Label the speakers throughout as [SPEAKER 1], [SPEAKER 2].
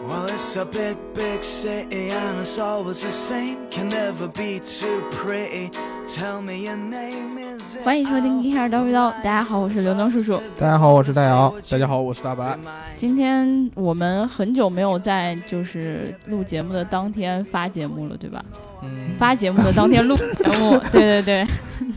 [SPEAKER 1] Well, it's a big, big city, and it's always the same. Can never be too pretty. Tell me your name is.
[SPEAKER 2] 欢迎收听《
[SPEAKER 3] 嗯
[SPEAKER 2] 一开始叨逼叨》，大家好，我是刘能叔叔。
[SPEAKER 4] 大家好，我是大姚。
[SPEAKER 3] 大家好，我是大白。
[SPEAKER 2] 今天我们很久没有在就是录节目的当天发节目了，对吧？
[SPEAKER 3] 嗯，
[SPEAKER 2] 发节目的当天录节 目，对对对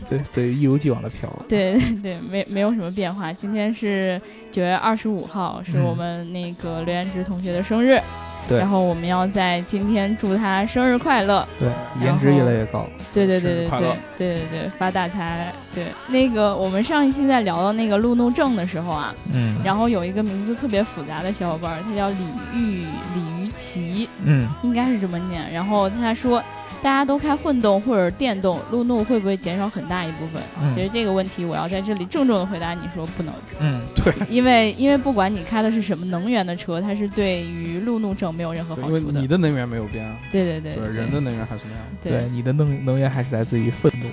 [SPEAKER 4] 这这一如既往的飘。
[SPEAKER 2] 对对对，没没有什么变化。今天是九月二十五号，是
[SPEAKER 3] 嗯
[SPEAKER 2] 我们那个刘元直同学的生日，
[SPEAKER 4] 对
[SPEAKER 2] 然后我们要在今天祝他生日快乐。
[SPEAKER 4] 对，颜值越来越高。
[SPEAKER 2] 对对
[SPEAKER 3] 生
[SPEAKER 2] 对
[SPEAKER 3] 日
[SPEAKER 2] 对
[SPEAKER 3] 快
[SPEAKER 2] 对
[SPEAKER 3] 乐
[SPEAKER 2] 对对对，发大财！对，那个我们上一期在聊到那个路怒症的时候啊，
[SPEAKER 4] 嗯
[SPEAKER 2] 然后有一个名字特别复杂的小伙伴儿，他叫李玉李玉奇，
[SPEAKER 4] 嗯，
[SPEAKER 2] 应该是这么念。然后他说，大家都开混动或者电动，路怒会不会减少很大一部分？
[SPEAKER 4] 嗯
[SPEAKER 2] 其实这个问题，我要在这里郑重的回答你说不能，
[SPEAKER 4] 嗯，
[SPEAKER 2] 因为因为不管你开的是什么能源的车，它是对于路怒症没有任何
[SPEAKER 3] 对
[SPEAKER 2] 好
[SPEAKER 3] 因为
[SPEAKER 2] 处的
[SPEAKER 3] 你。的能源没有变啊，
[SPEAKER 2] 对对对
[SPEAKER 3] 对，人的能源还是那样。
[SPEAKER 2] 对
[SPEAKER 4] 你的能能源还是来自于愤怒。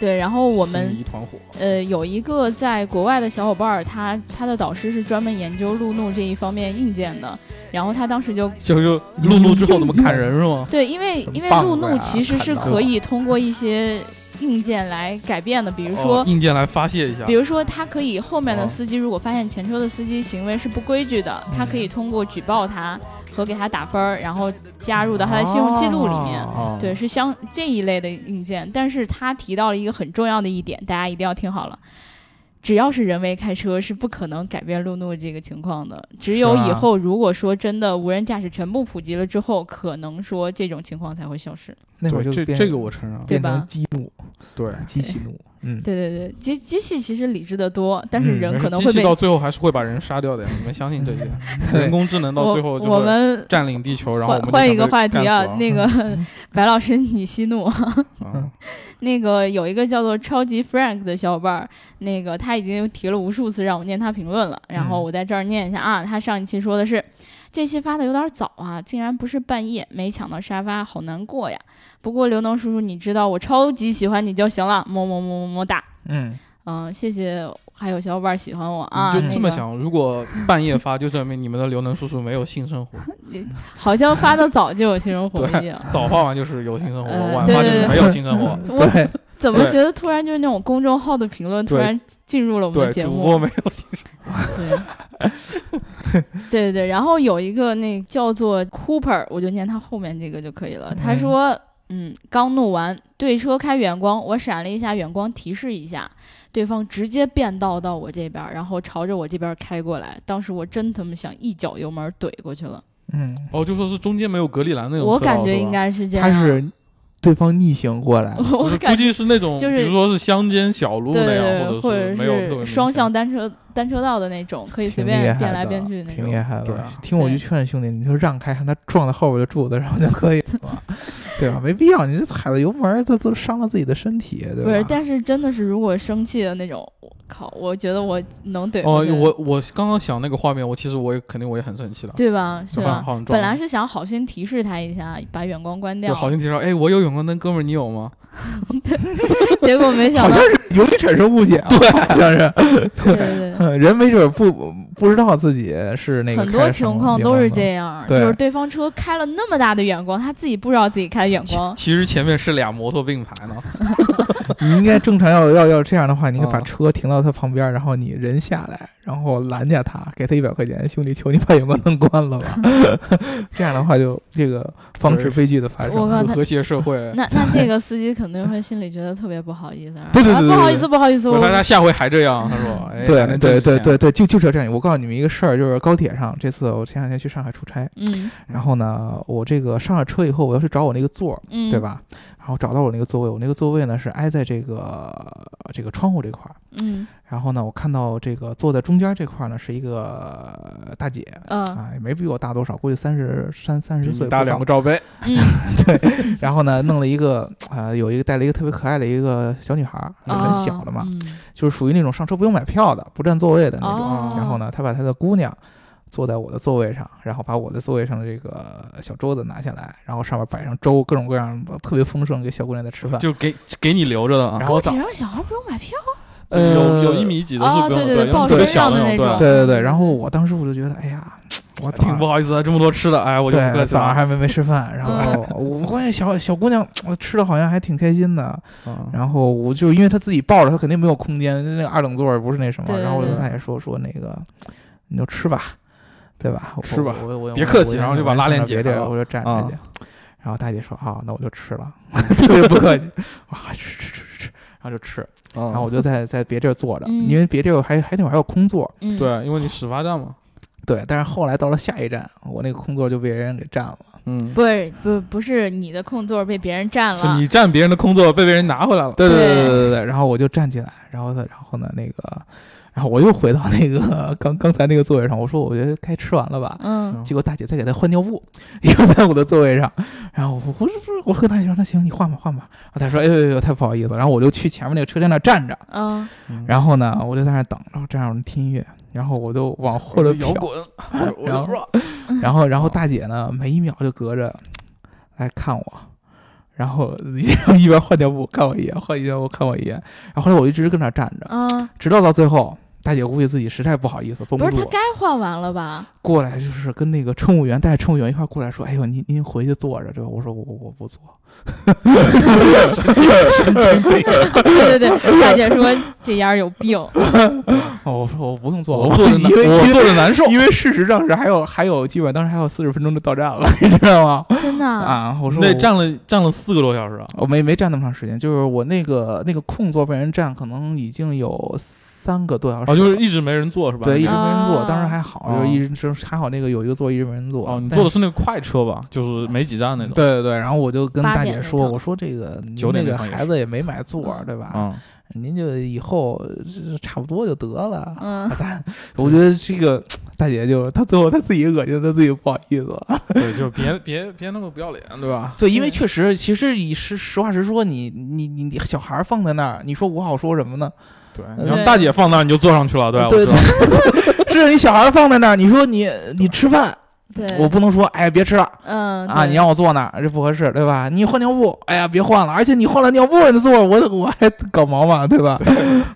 [SPEAKER 2] 对，然后我们
[SPEAKER 3] 心里一团火。
[SPEAKER 2] 呃，有一个在国外的小伙伴儿，他他的导师是专门研究路怒这一方面硬件的，然后他当时就
[SPEAKER 3] 就是露露之后怎么砍人是吗？
[SPEAKER 2] 对，因为
[SPEAKER 4] 很
[SPEAKER 2] 因为
[SPEAKER 4] 棒
[SPEAKER 2] 路
[SPEAKER 4] 的
[SPEAKER 2] 怒
[SPEAKER 4] 呀
[SPEAKER 2] 其实
[SPEAKER 4] 看
[SPEAKER 2] 是
[SPEAKER 4] 到
[SPEAKER 2] 可
[SPEAKER 4] 了
[SPEAKER 2] 以通过一些硬件来改变的，比
[SPEAKER 3] 比
[SPEAKER 2] 如
[SPEAKER 4] 哦
[SPEAKER 2] 说。
[SPEAKER 3] 哦硬件来发泄一下
[SPEAKER 2] 比。如说，他可以后面的
[SPEAKER 3] 哦
[SPEAKER 2] 司机如果发现前车的司机行为是不规矩的，他
[SPEAKER 4] 嗯
[SPEAKER 2] 可以通过举报他和给他打分儿，然后加入到他的信用记录里面。
[SPEAKER 4] 哦
[SPEAKER 2] 对，，是相这一类的硬件。但是他提到了一个很重要的一点，大家一定要听好了。只要是人为开车，是不可能改变路怒这个情况的。只有以
[SPEAKER 4] 吧
[SPEAKER 2] 后如果说真的无人驾驶全部普及了之后，可能说这种情况才会消失。
[SPEAKER 4] 那会儿就
[SPEAKER 3] 对，这
[SPEAKER 4] 变
[SPEAKER 3] 这个我承认啊。
[SPEAKER 2] 对
[SPEAKER 4] 变
[SPEAKER 2] 吧
[SPEAKER 4] 成激怒，
[SPEAKER 3] 对，
[SPEAKER 4] 激起怒。嗯，
[SPEAKER 2] 对对对，机机器其实理智的多，但是
[SPEAKER 4] 嗯
[SPEAKER 2] 人可能
[SPEAKER 3] 机
[SPEAKER 2] 会
[SPEAKER 3] 器
[SPEAKER 2] 被、
[SPEAKER 3] 到最后还是会把人杀掉的呀，你们相信这 一点？人工智能到最后
[SPEAKER 2] 我
[SPEAKER 3] 就
[SPEAKER 2] 我
[SPEAKER 3] 会
[SPEAKER 2] 们。
[SPEAKER 3] 占领地球，然后
[SPEAKER 2] 换
[SPEAKER 3] 我们就
[SPEAKER 2] 换一
[SPEAKER 3] 想
[SPEAKER 2] 个
[SPEAKER 3] 被
[SPEAKER 2] 话题
[SPEAKER 3] 干
[SPEAKER 2] 啊
[SPEAKER 3] 死，
[SPEAKER 2] 那个 白老师你息怒，
[SPEAKER 3] 啊
[SPEAKER 2] 那个有一个叫做超级 Frank 的小伙伴儿，那个他已经提了无数次让我念他评论了，然
[SPEAKER 3] 嗯
[SPEAKER 2] 后我在这儿念一下啊，他上一期说的是。这期发的有点早啊，竟然不是半夜，没抢到沙发，好难过呀。不过刘能叔叔，你知道我超级喜欢你就行了，么么么么么哒。
[SPEAKER 4] 嗯，
[SPEAKER 2] 嗯，谢谢，还有小伙伴喜欢我啊。
[SPEAKER 3] 你就这么
[SPEAKER 2] 那个、
[SPEAKER 3] 想，如果半夜发，就证明你们的刘能叔叔没有性生活；
[SPEAKER 2] 好像发的早就有新人活力
[SPEAKER 3] 对
[SPEAKER 2] 了。
[SPEAKER 3] 早发完就是有性生活，
[SPEAKER 2] 呃
[SPEAKER 3] 晚
[SPEAKER 2] 对
[SPEAKER 3] 发就
[SPEAKER 2] 对
[SPEAKER 3] 是
[SPEAKER 2] 对
[SPEAKER 3] 没有性生活。
[SPEAKER 2] 啊我
[SPEAKER 4] 对，
[SPEAKER 2] 怎么
[SPEAKER 3] 对
[SPEAKER 2] 觉得突然就是那种公众号的评论突
[SPEAKER 3] 对
[SPEAKER 2] 然进入了我们
[SPEAKER 3] 对，
[SPEAKER 2] 的节
[SPEAKER 3] 主
[SPEAKER 2] 目？
[SPEAKER 3] 播没有性生活。
[SPEAKER 2] 对， 对对对。然后有一个那叫做 Cooper，我就念他后面这个就可以了。他
[SPEAKER 4] 嗯
[SPEAKER 2] 说：“嗯刚怒完，对车开远光，我闪了一下远光提示一下，对方直接变道到我这边儿，然后朝着我这边儿开过来。当时我真他妈想一脚油门怼过去了，
[SPEAKER 4] 嗯，
[SPEAKER 3] 哦，就说是中间没有隔离栏那种车道。啊
[SPEAKER 2] 我感觉
[SPEAKER 3] 是吧
[SPEAKER 2] 应该是这样。
[SPEAKER 4] 他是对方逆行过来了。
[SPEAKER 2] 啊我
[SPEAKER 3] 我
[SPEAKER 2] 感
[SPEAKER 3] 估计是那种，
[SPEAKER 2] 就是
[SPEAKER 3] 比如说是乡间小路那样，
[SPEAKER 2] 对，
[SPEAKER 3] 或
[SPEAKER 2] 者
[SPEAKER 3] 是没有特别明显
[SPEAKER 2] 双向。单车单车道的那种，可以随
[SPEAKER 4] 挺厉
[SPEAKER 2] 便
[SPEAKER 4] 害
[SPEAKER 2] 变来
[SPEAKER 4] 的
[SPEAKER 2] 变去的那
[SPEAKER 4] 挺
[SPEAKER 2] 种。
[SPEAKER 4] 厉害
[SPEAKER 3] 对
[SPEAKER 4] 的
[SPEAKER 3] 啊。
[SPEAKER 4] 听我
[SPEAKER 2] 对
[SPEAKER 4] 就劝兄弟，你就让开，让他撞到后边的柱子，然后就可以 了，对吧？没必要，你这踩了油门儿，这都伤了自己的身体，对吧？
[SPEAKER 2] 不是，但是真的是，如果生气的那种，我靠，我觉得我能怼
[SPEAKER 3] 哦
[SPEAKER 2] 回去，
[SPEAKER 3] 我我刚刚想那个画面，我其实我也肯定我也很生气的，
[SPEAKER 2] 对吧？是
[SPEAKER 3] 就好
[SPEAKER 2] 吧？
[SPEAKER 3] 好像撞
[SPEAKER 2] 本来是想好心提示他一下，把远光关
[SPEAKER 3] 就
[SPEAKER 2] 掉，
[SPEAKER 3] 好心提示，哎，我有远光灯，哥们儿你有吗？
[SPEAKER 2] 结果没想
[SPEAKER 4] 好
[SPEAKER 2] 到
[SPEAKER 4] 像，是容易产生误解、啊，对，好像是。
[SPEAKER 2] 对对
[SPEAKER 4] 嗯， 人没准不不知道自己是那
[SPEAKER 2] 对，
[SPEAKER 4] 个
[SPEAKER 2] 很
[SPEAKER 4] 开
[SPEAKER 2] 多
[SPEAKER 4] 了
[SPEAKER 2] 情
[SPEAKER 4] 什么
[SPEAKER 2] 况
[SPEAKER 4] 地
[SPEAKER 2] 都
[SPEAKER 4] 方
[SPEAKER 2] 是
[SPEAKER 4] 的
[SPEAKER 2] 这样，就
[SPEAKER 4] 对
[SPEAKER 2] 是对方车开了那么大的远光，他自己不知道自己开的远
[SPEAKER 3] 其
[SPEAKER 2] 光，
[SPEAKER 3] 其实前面是俩摩托并排呢，
[SPEAKER 4] 你应该正常要要要这样的话，你应该把
[SPEAKER 3] 啊
[SPEAKER 2] 嗯
[SPEAKER 4] 车停到他旁边，然后你人下来，然后拦下他，给他一百块钱，兄弟，求你把远光灯关了吧。 这样的话就这个防止悲剧的发
[SPEAKER 2] 我
[SPEAKER 4] 生。
[SPEAKER 2] 靠
[SPEAKER 3] 和
[SPEAKER 2] 他
[SPEAKER 3] 和谐社会。
[SPEAKER 2] 那那这个司机肯定会心里觉得特别不好意思，啊
[SPEAKER 4] 对对对
[SPEAKER 2] 啊
[SPEAKER 4] 对
[SPEAKER 2] 不好
[SPEAKER 4] 对
[SPEAKER 2] 意思，不好意思，
[SPEAKER 3] 我
[SPEAKER 2] 我
[SPEAKER 3] 看他下回还这样，他说，哎，
[SPEAKER 4] 对
[SPEAKER 3] 咱能挣
[SPEAKER 4] 对对
[SPEAKER 3] 钱，
[SPEAKER 4] 对对，就就是要这样。我告诉你们一个事儿，就是高铁上，这次我前两天去上海出差，
[SPEAKER 2] 嗯
[SPEAKER 4] 然后呢，我这个上了车以后，我要去找我那个座儿，
[SPEAKER 2] 嗯，
[SPEAKER 4] 对？吧？然后找到我那个座位，我那个座位呢是挨在这个这个窗户这块儿。
[SPEAKER 2] 嗯
[SPEAKER 4] 然后呢，我看到这个坐在中间这块儿呢是一个呃大姐
[SPEAKER 2] 啊
[SPEAKER 4] 啊，也没比我大多少，估计三十三三
[SPEAKER 3] 比
[SPEAKER 4] 十
[SPEAKER 3] 你
[SPEAKER 4] 岁不
[SPEAKER 3] 大两
[SPEAKER 4] 到
[SPEAKER 3] 个罩杯，
[SPEAKER 2] 嗯，
[SPEAKER 4] 然后呢，弄了一个啊、有一个带了一个特别可爱的一个小女孩儿，也很小的嘛，
[SPEAKER 2] 啊，嗯
[SPEAKER 4] 就是属于那种上车不用买票的，不占座位的那种。
[SPEAKER 2] 哦
[SPEAKER 4] 然后呢，她把她的姑娘。坐在我的座位上，然后把我的座位上的这个小桌子拿下来，然后上面摆上粥，各种各样的特别丰盛，给小姑娘在吃饭。
[SPEAKER 3] 就给给你留着的啊。
[SPEAKER 4] 然后
[SPEAKER 2] 高
[SPEAKER 4] 我
[SPEAKER 2] 铁
[SPEAKER 4] 早
[SPEAKER 2] 上小孩不用买票，
[SPEAKER 4] 呃
[SPEAKER 3] 有有一米几的是
[SPEAKER 2] 哦
[SPEAKER 3] 不
[SPEAKER 2] 对
[SPEAKER 3] 用
[SPEAKER 2] 对对
[SPEAKER 3] 的，
[SPEAKER 2] 抱
[SPEAKER 3] 特别
[SPEAKER 2] 身
[SPEAKER 3] 小
[SPEAKER 2] 上的
[SPEAKER 3] 那
[SPEAKER 2] 那
[SPEAKER 4] 呃
[SPEAKER 2] 种
[SPEAKER 3] 对
[SPEAKER 4] 对对对，然后我当时我就觉得，哎呀，我早
[SPEAKER 3] 挺
[SPEAKER 4] 上
[SPEAKER 3] 不好意思啊，这么多吃的，哎，我就不客
[SPEAKER 4] 对，
[SPEAKER 3] 气
[SPEAKER 4] 早
[SPEAKER 3] 了
[SPEAKER 4] 上还没没吃饭，然 后哦我关键小小姑娘呃吃的好像还挺开心的，
[SPEAKER 3] 嗯
[SPEAKER 4] 然后我就因为她自己抱着，她肯定没有空间，那个二等座儿不是那什么，
[SPEAKER 2] 对对
[SPEAKER 4] 然后我就跟
[SPEAKER 2] 对
[SPEAKER 4] 她也说说那个你就吃吧，对吧？
[SPEAKER 3] 吃吧
[SPEAKER 4] 我我我
[SPEAKER 3] 别客气
[SPEAKER 4] 我
[SPEAKER 3] 然后就把
[SPEAKER 4] 我
[SPEAKER 3] 拉链
[SPEAKER 4] 上别
[SPEAKER 3] 解开
[SPEAKER 4] 地儿
[SPEAKER 3] 了
[SPEAKER 4] 我就站
[SPEAKER 3] 啊
[SPEAKER 4] 着去，然后大姐说啊，那我就吃 了，特别不客气， 哇，吃吃吃吃吃，然后就吃，然
[SPEAKER 3] 然
[SPEAKER 4] 后我就在在别地儿坐着，
[SPEAKER 2] 嗯
[SPEAKER 4] 因为别地儿还还那会儿还有空座，
[SPEAKER 2] 嗯，
[SPEAKER 3] 对，因为你始发站嘛，
[SPEAKER 4] 对，但是后来到了下一站，我那个空座就被人给占了。
[SPEAKER 3] 嗯，
[SPEAKER 2] 不是不不是你的空座被别人占
[SPEAKER 3] 是
[SPEAKER 2] 了，
[SPEAKER 3] 你占别人的空座被别人拿回来了，
[SPEAKER 4] 对对
[SPEAKER 2] 对
[SPEAKER 4] 对对对。然后我就站起来，然后呢，然后呢，那个，然后我又回到那个刚刚才那个座位上，我说我觉得该吃完了吧。
[SPEAKER 2] 嗯
[SPEAKER 4] 结果大姐再给他换尿布，又在我的座位上，然后我我说我说跟大姐说那行你换吧换吧，然后她说哎呦呦呦太不好意思了，然后我就去前面那个车站那儿站着，
[SPEAKER 2] 嗯，
[SPEAKER 3] 嗯
[SPEAKER 4] 然后呢我就在那儿等，然后站着听音乐，然后我就往后头
[SPEAKER 3] 就
[SPEAKER 4] 瞟
[SPEAKER 3] 摇，滚，我
[SPEAKER 4] 然
[SPEAKER 3] 就
[SPEAKER 4] 后
[SPEAKER 3] rock，
[SPEAKER 4] 然后然后大姐呢每一秒就隔着来看我，然后一边换尿布看我一眼，换一边我看我一眼，然后后来我一直跟那儿站着，
[SPEAKER 2] 嗯，
[SPEAKER 4] 直到到最后，大姐估计自己实在不好意思绷
[SPEAKER 2] 不是
[SPEAKER 4] 住
[SPEAKER 2] 他
[SPEAKER 4] 了，
[SPEAKER 2] 该换完了吧？
[SPEAKER 4] 过来就是跟那个乘务员带着乘务员一块儿过来说：“哎呦，您您回去坐着，对吧？”我说：“我我我 不坐。
[SPEAKER 2] 对对对，大姐说这丫儿有 病，”
[SPEAKER 3] 啊
[SPEAKER 4] 我说：“我不用坐，
[SPEAKER 3] 我坐着
[SPEAKER 4] 因
[SPEAKER 3] 难，
[SPEAKER 4] 为因
[SPEAKER 3] 我
[SPEAKER 4] 为
[SPEAKER 3] 坐着难受，
[SPEAKER 4] 因为事实上是还有还有，基本当时还有四十分钟就到站了， 你知道吗？
[SPEAKER 2] 真的啊，
[SPEAKER 4] 啊，我说
[SPEAKER 3] 那
[SPEAKER 4] 我
[SPEAKER 3] 站了站了四个多小时啊，
[SPEAKER 4] 我没没站那么长时间，就是我那个那个空座被人占，可能已经有三个多小时了。
[SPEAKER 3] 哦，就是一直没人坐是吧？
[SPEAKER 4] 对，一
[SPEAKER 3] 你
[SPEAKER 4] 直没人坐，
[SPEAKER 2] 啊
[SPEAKER 4] 当时还好，就是一直还好那个有一个座一直没人坐。
[SPEAKER 3] 哦，你
[SPEAKER 4] 但
[SPEAKER 3] 坐的是那个快车吧？就是没几站那种，
[SPEAKER 4] 对对对，然后我就跟
[SPEAKER 2] 八
[SPEAKER 4] 大
[SPEAKER 2] 点
[SPEAKER 4] 姐
[SPEAKER 2] 那
[SPEAKER 4] 说，
[SPEAKER 2] 趟
[SPEAKER 4] 我说这个您
[SPEAKER 3] 九点
[SPEAKER 4] 那个
[SPEAKER 3] 那趟也
[SPEAKER 4] 孩子也没买座，对吧？
[SPEAKER 3] 嗯，
[SPEAKER 4] 您就以后呃差不多就得了。
[SPEAKER 2] 嗯，
[SPEAKER 3] 啊
[SPEAKER 4] 我觉得这个大姐就她最后她自己恶心，她自己不好意思。
[SPEAKER 3] 对，就别别别那么不要脸，对吧？
[SPEAKER 4] 对，因为
[SPEAKER 2] 对
[SPEAKER 4] 确实，其实以实实话实说，你你你你小孩放在那儿，你说我好说什么呢？
[SPEAKER 3] 对，
[SPEAKER 4] 对
[SPEAKER 3] 你让大姐放那儿你就坐上去了，对吧？啊
[SPEAKER 4] 对
[SPEAKER 3] 我知道
[SPEAKER 4] 是你小孩放在那儿，你说你你吃饭，
[SPEAKER 2] 对，
[SPEAKER 4] 我不能说哎别吃了
[SPEAKER 2] 嗯
[SPEAKER 4] 啊，
[SPEAKER 2] 对
[SPEAKER 4] 你让我坐那儿这不合适，对吧？你换尿布，哎呀别换了，而且你换了尿布你坐我我还搞毛嘛，对吧？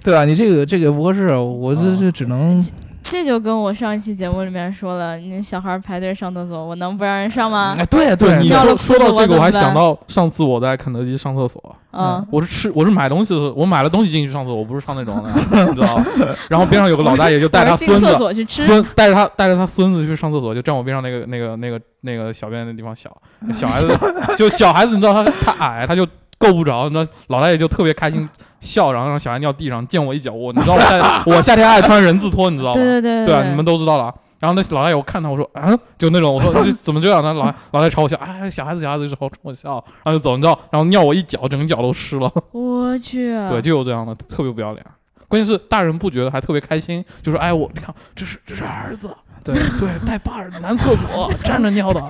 [SPEAKER 4] 对吧？你这个这个不合适，我这
[SPEAKER 3] 啊
[SPEAKER 4] 这只能
[SPEAKER 2] 这就跟我上一期节目里面说了，那小孩排队上厕所，我能不让人上吗？
[SPEAKER 4] 哎对对
[SPEAKER 3] 你
[SPEAKER 2] 要
[SPEAKER 3] 说
[SPEAKER 2] 了
[SPEAKER 3] 说
[SPEAKER 2] 裤子
[SPEAKER 3] 到
[SPEAKER 2] 我
[SPEAKER 3] 这个，
[SPEAKER 2] 怎
[SPEAKER 3] 我
[SPEAKER 2] 么
[SPEAKER 3] 还想
[SPEAKER 2] 办
[SPEAKER 3] 到上次我在肯德基上厕所，
[SPEAKER 2] 嗯，
[SPEAKER 3] 我是吃，我是买东西的时候，我买了东西进去上厕所，我不是上那种的，啊你知道吧？然后边上有个老大爷就带着他
[SPEAKER 2] 我进
[SPEAKER 3] 孙
[SPEAKER 2] 厕
[SPEAKER 3] 子，
[SPEAKER 2] 所去吃，
[SPEAKER 3] 孙带着他带着他孙子去上厕所，就站我边上那个那个那个那个小便的地方小小孩子，就小孩子，你知道他他矮，他就够不着，你知道老大爷就特别开心笑，然后让小孩尿地上，溅我一脚窝，你知道我夏我夏天爱穿人字拖，你知道吗？
[SPEAKER 2] 对对对
[SPEAKER 3] 对啊，你们都知道了啊。然后那老大爷，我看他，我说啊，就那种，我说这怎么这样呢？老老大爷朝我笑，哎，小孩子，小孩子，就朝我笑，然后就走，你知道，然后尿我一脚，整个脚都湿了。
[SPEAKER 2] 我去，啊
[SPEAKER 3] 对，就有这样的，特别不要脸。关键是大人不觉得，还特别开心，就说哎，我你看，这是这是儿子，
[SPEAKER 4] 对
[SPEAKER 3] 对，带把儿男厕所站着尿的，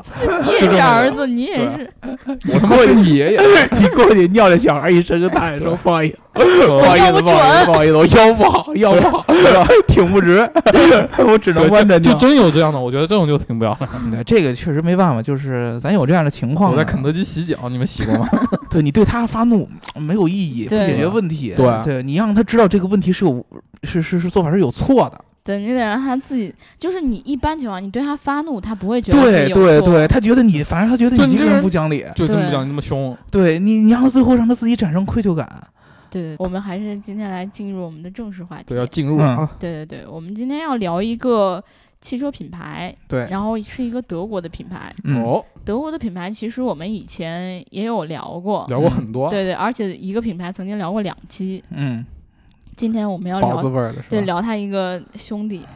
[SPEAKER 2] 你也
[SPEAKER 3] 就这
[SPEAKER 2] 是
[SPEAKER 3] 么
[SPEAKER 2] 儿
[SPEAKER 3] 着
[SPEAKER 2] 子，你也
[SPEAKER 3] 对啊
[SPEAKER 2] 是，
[SPEAKER 3] 我他妈是你 爷爷，
[SPEAKER 4] 你过去尿这小孩一身，跟大爷说不好意思，不好
[SPEAKER 3] 我
[SPEAKER 4] 意
[SPEAKER 2] 尿
[SPEAKER 4] 思，
[SPEAKER 2] 不
[SPEAKER 4] 不好
[SPEAKER 2] 准
[SPEAKER 4] 意思，不好意思，我腰不好，腰不 好，挺不 直，我只能弯着
[SPEAKER 3] 就
[SPEAKER 4] 尿。嗯
[SPEAKER 3] 真有这样的，我觉得这种就挺不要脸。
[SPEAKER 4] 对这个确实没办法，就是咱有这样的情况
[SPEAKER 3] 我
[SPEAKER 4] 呢，
[SPEAKER 3] 在肯德基洗脚，你们洗过吗？
[SPEAKER 4] 对你对他发怒没有意义，不
[SPEAKER 2] 对
[SPEAKER 4] 解决问题。
[SPEAKER 3] 对
[SPEAKER 4] 你让他知道这个问题是有是是是做法是有错的。
[SPEAKER 2] 对，你得让他自己，就是你一般情况，你对他发怒，他不会觉得自
[SPEAKER 4] 对
[SPEAKER 2] 己有
[SPEAKER 4] 对
[SPEAKER 2] 错，
[SPEAKER 4] 对，他觉得你，反正他觉得
[SPEAKER 3] 对
[SPEAKER 4] 你这
[SPEAKER 3] 你这
[SPEAKER 4] 个人
[SPEAKER 3] 人
[SPEAKER 4] 不讲理。
[SPEAKER 3] 就这么不
[SPEAKER 2] 对
[SPEAKER 3] 讲，你那么凶，
[SPEAKER 4] 对你，你让他最后让他自己产生愧疚感。
[SPEAKER 2] 对对，对我们还是今天来进入我们的正式话题。
[SPEAKER 3] 对，要进入
[SPEAKER 4] 嗯
[SPEAKER 3] 啊，
[SPEAKER 2] 对对对，我们今天要聊一个汽车品牌，
[SPEAKER 4] 对，
[SPEAKER 2] 然后是一个德国的品牌。
[SPEAKER 4] 嗯，
[SPEAKER 3] 哦，
[SPEAKER 2] 德国的品牌其实我们以前也有聊过，
[SPEAKER 3] 聊过很多，
[SPEAKER 2] 对对，而且一个品牌曾经聊过两期。
[SPEAKER 4] 嗯，
[SPEAKER 2] 今天我们要
[SPEAKER 4] 包子
[SPEAKER 2] 聊，
[SPEAKER 4] 味儿的
[SPEAKER 2] 对，
[SPEAKER 4] 是吧？
[SPEAKER 2] 聊他一个兄弟，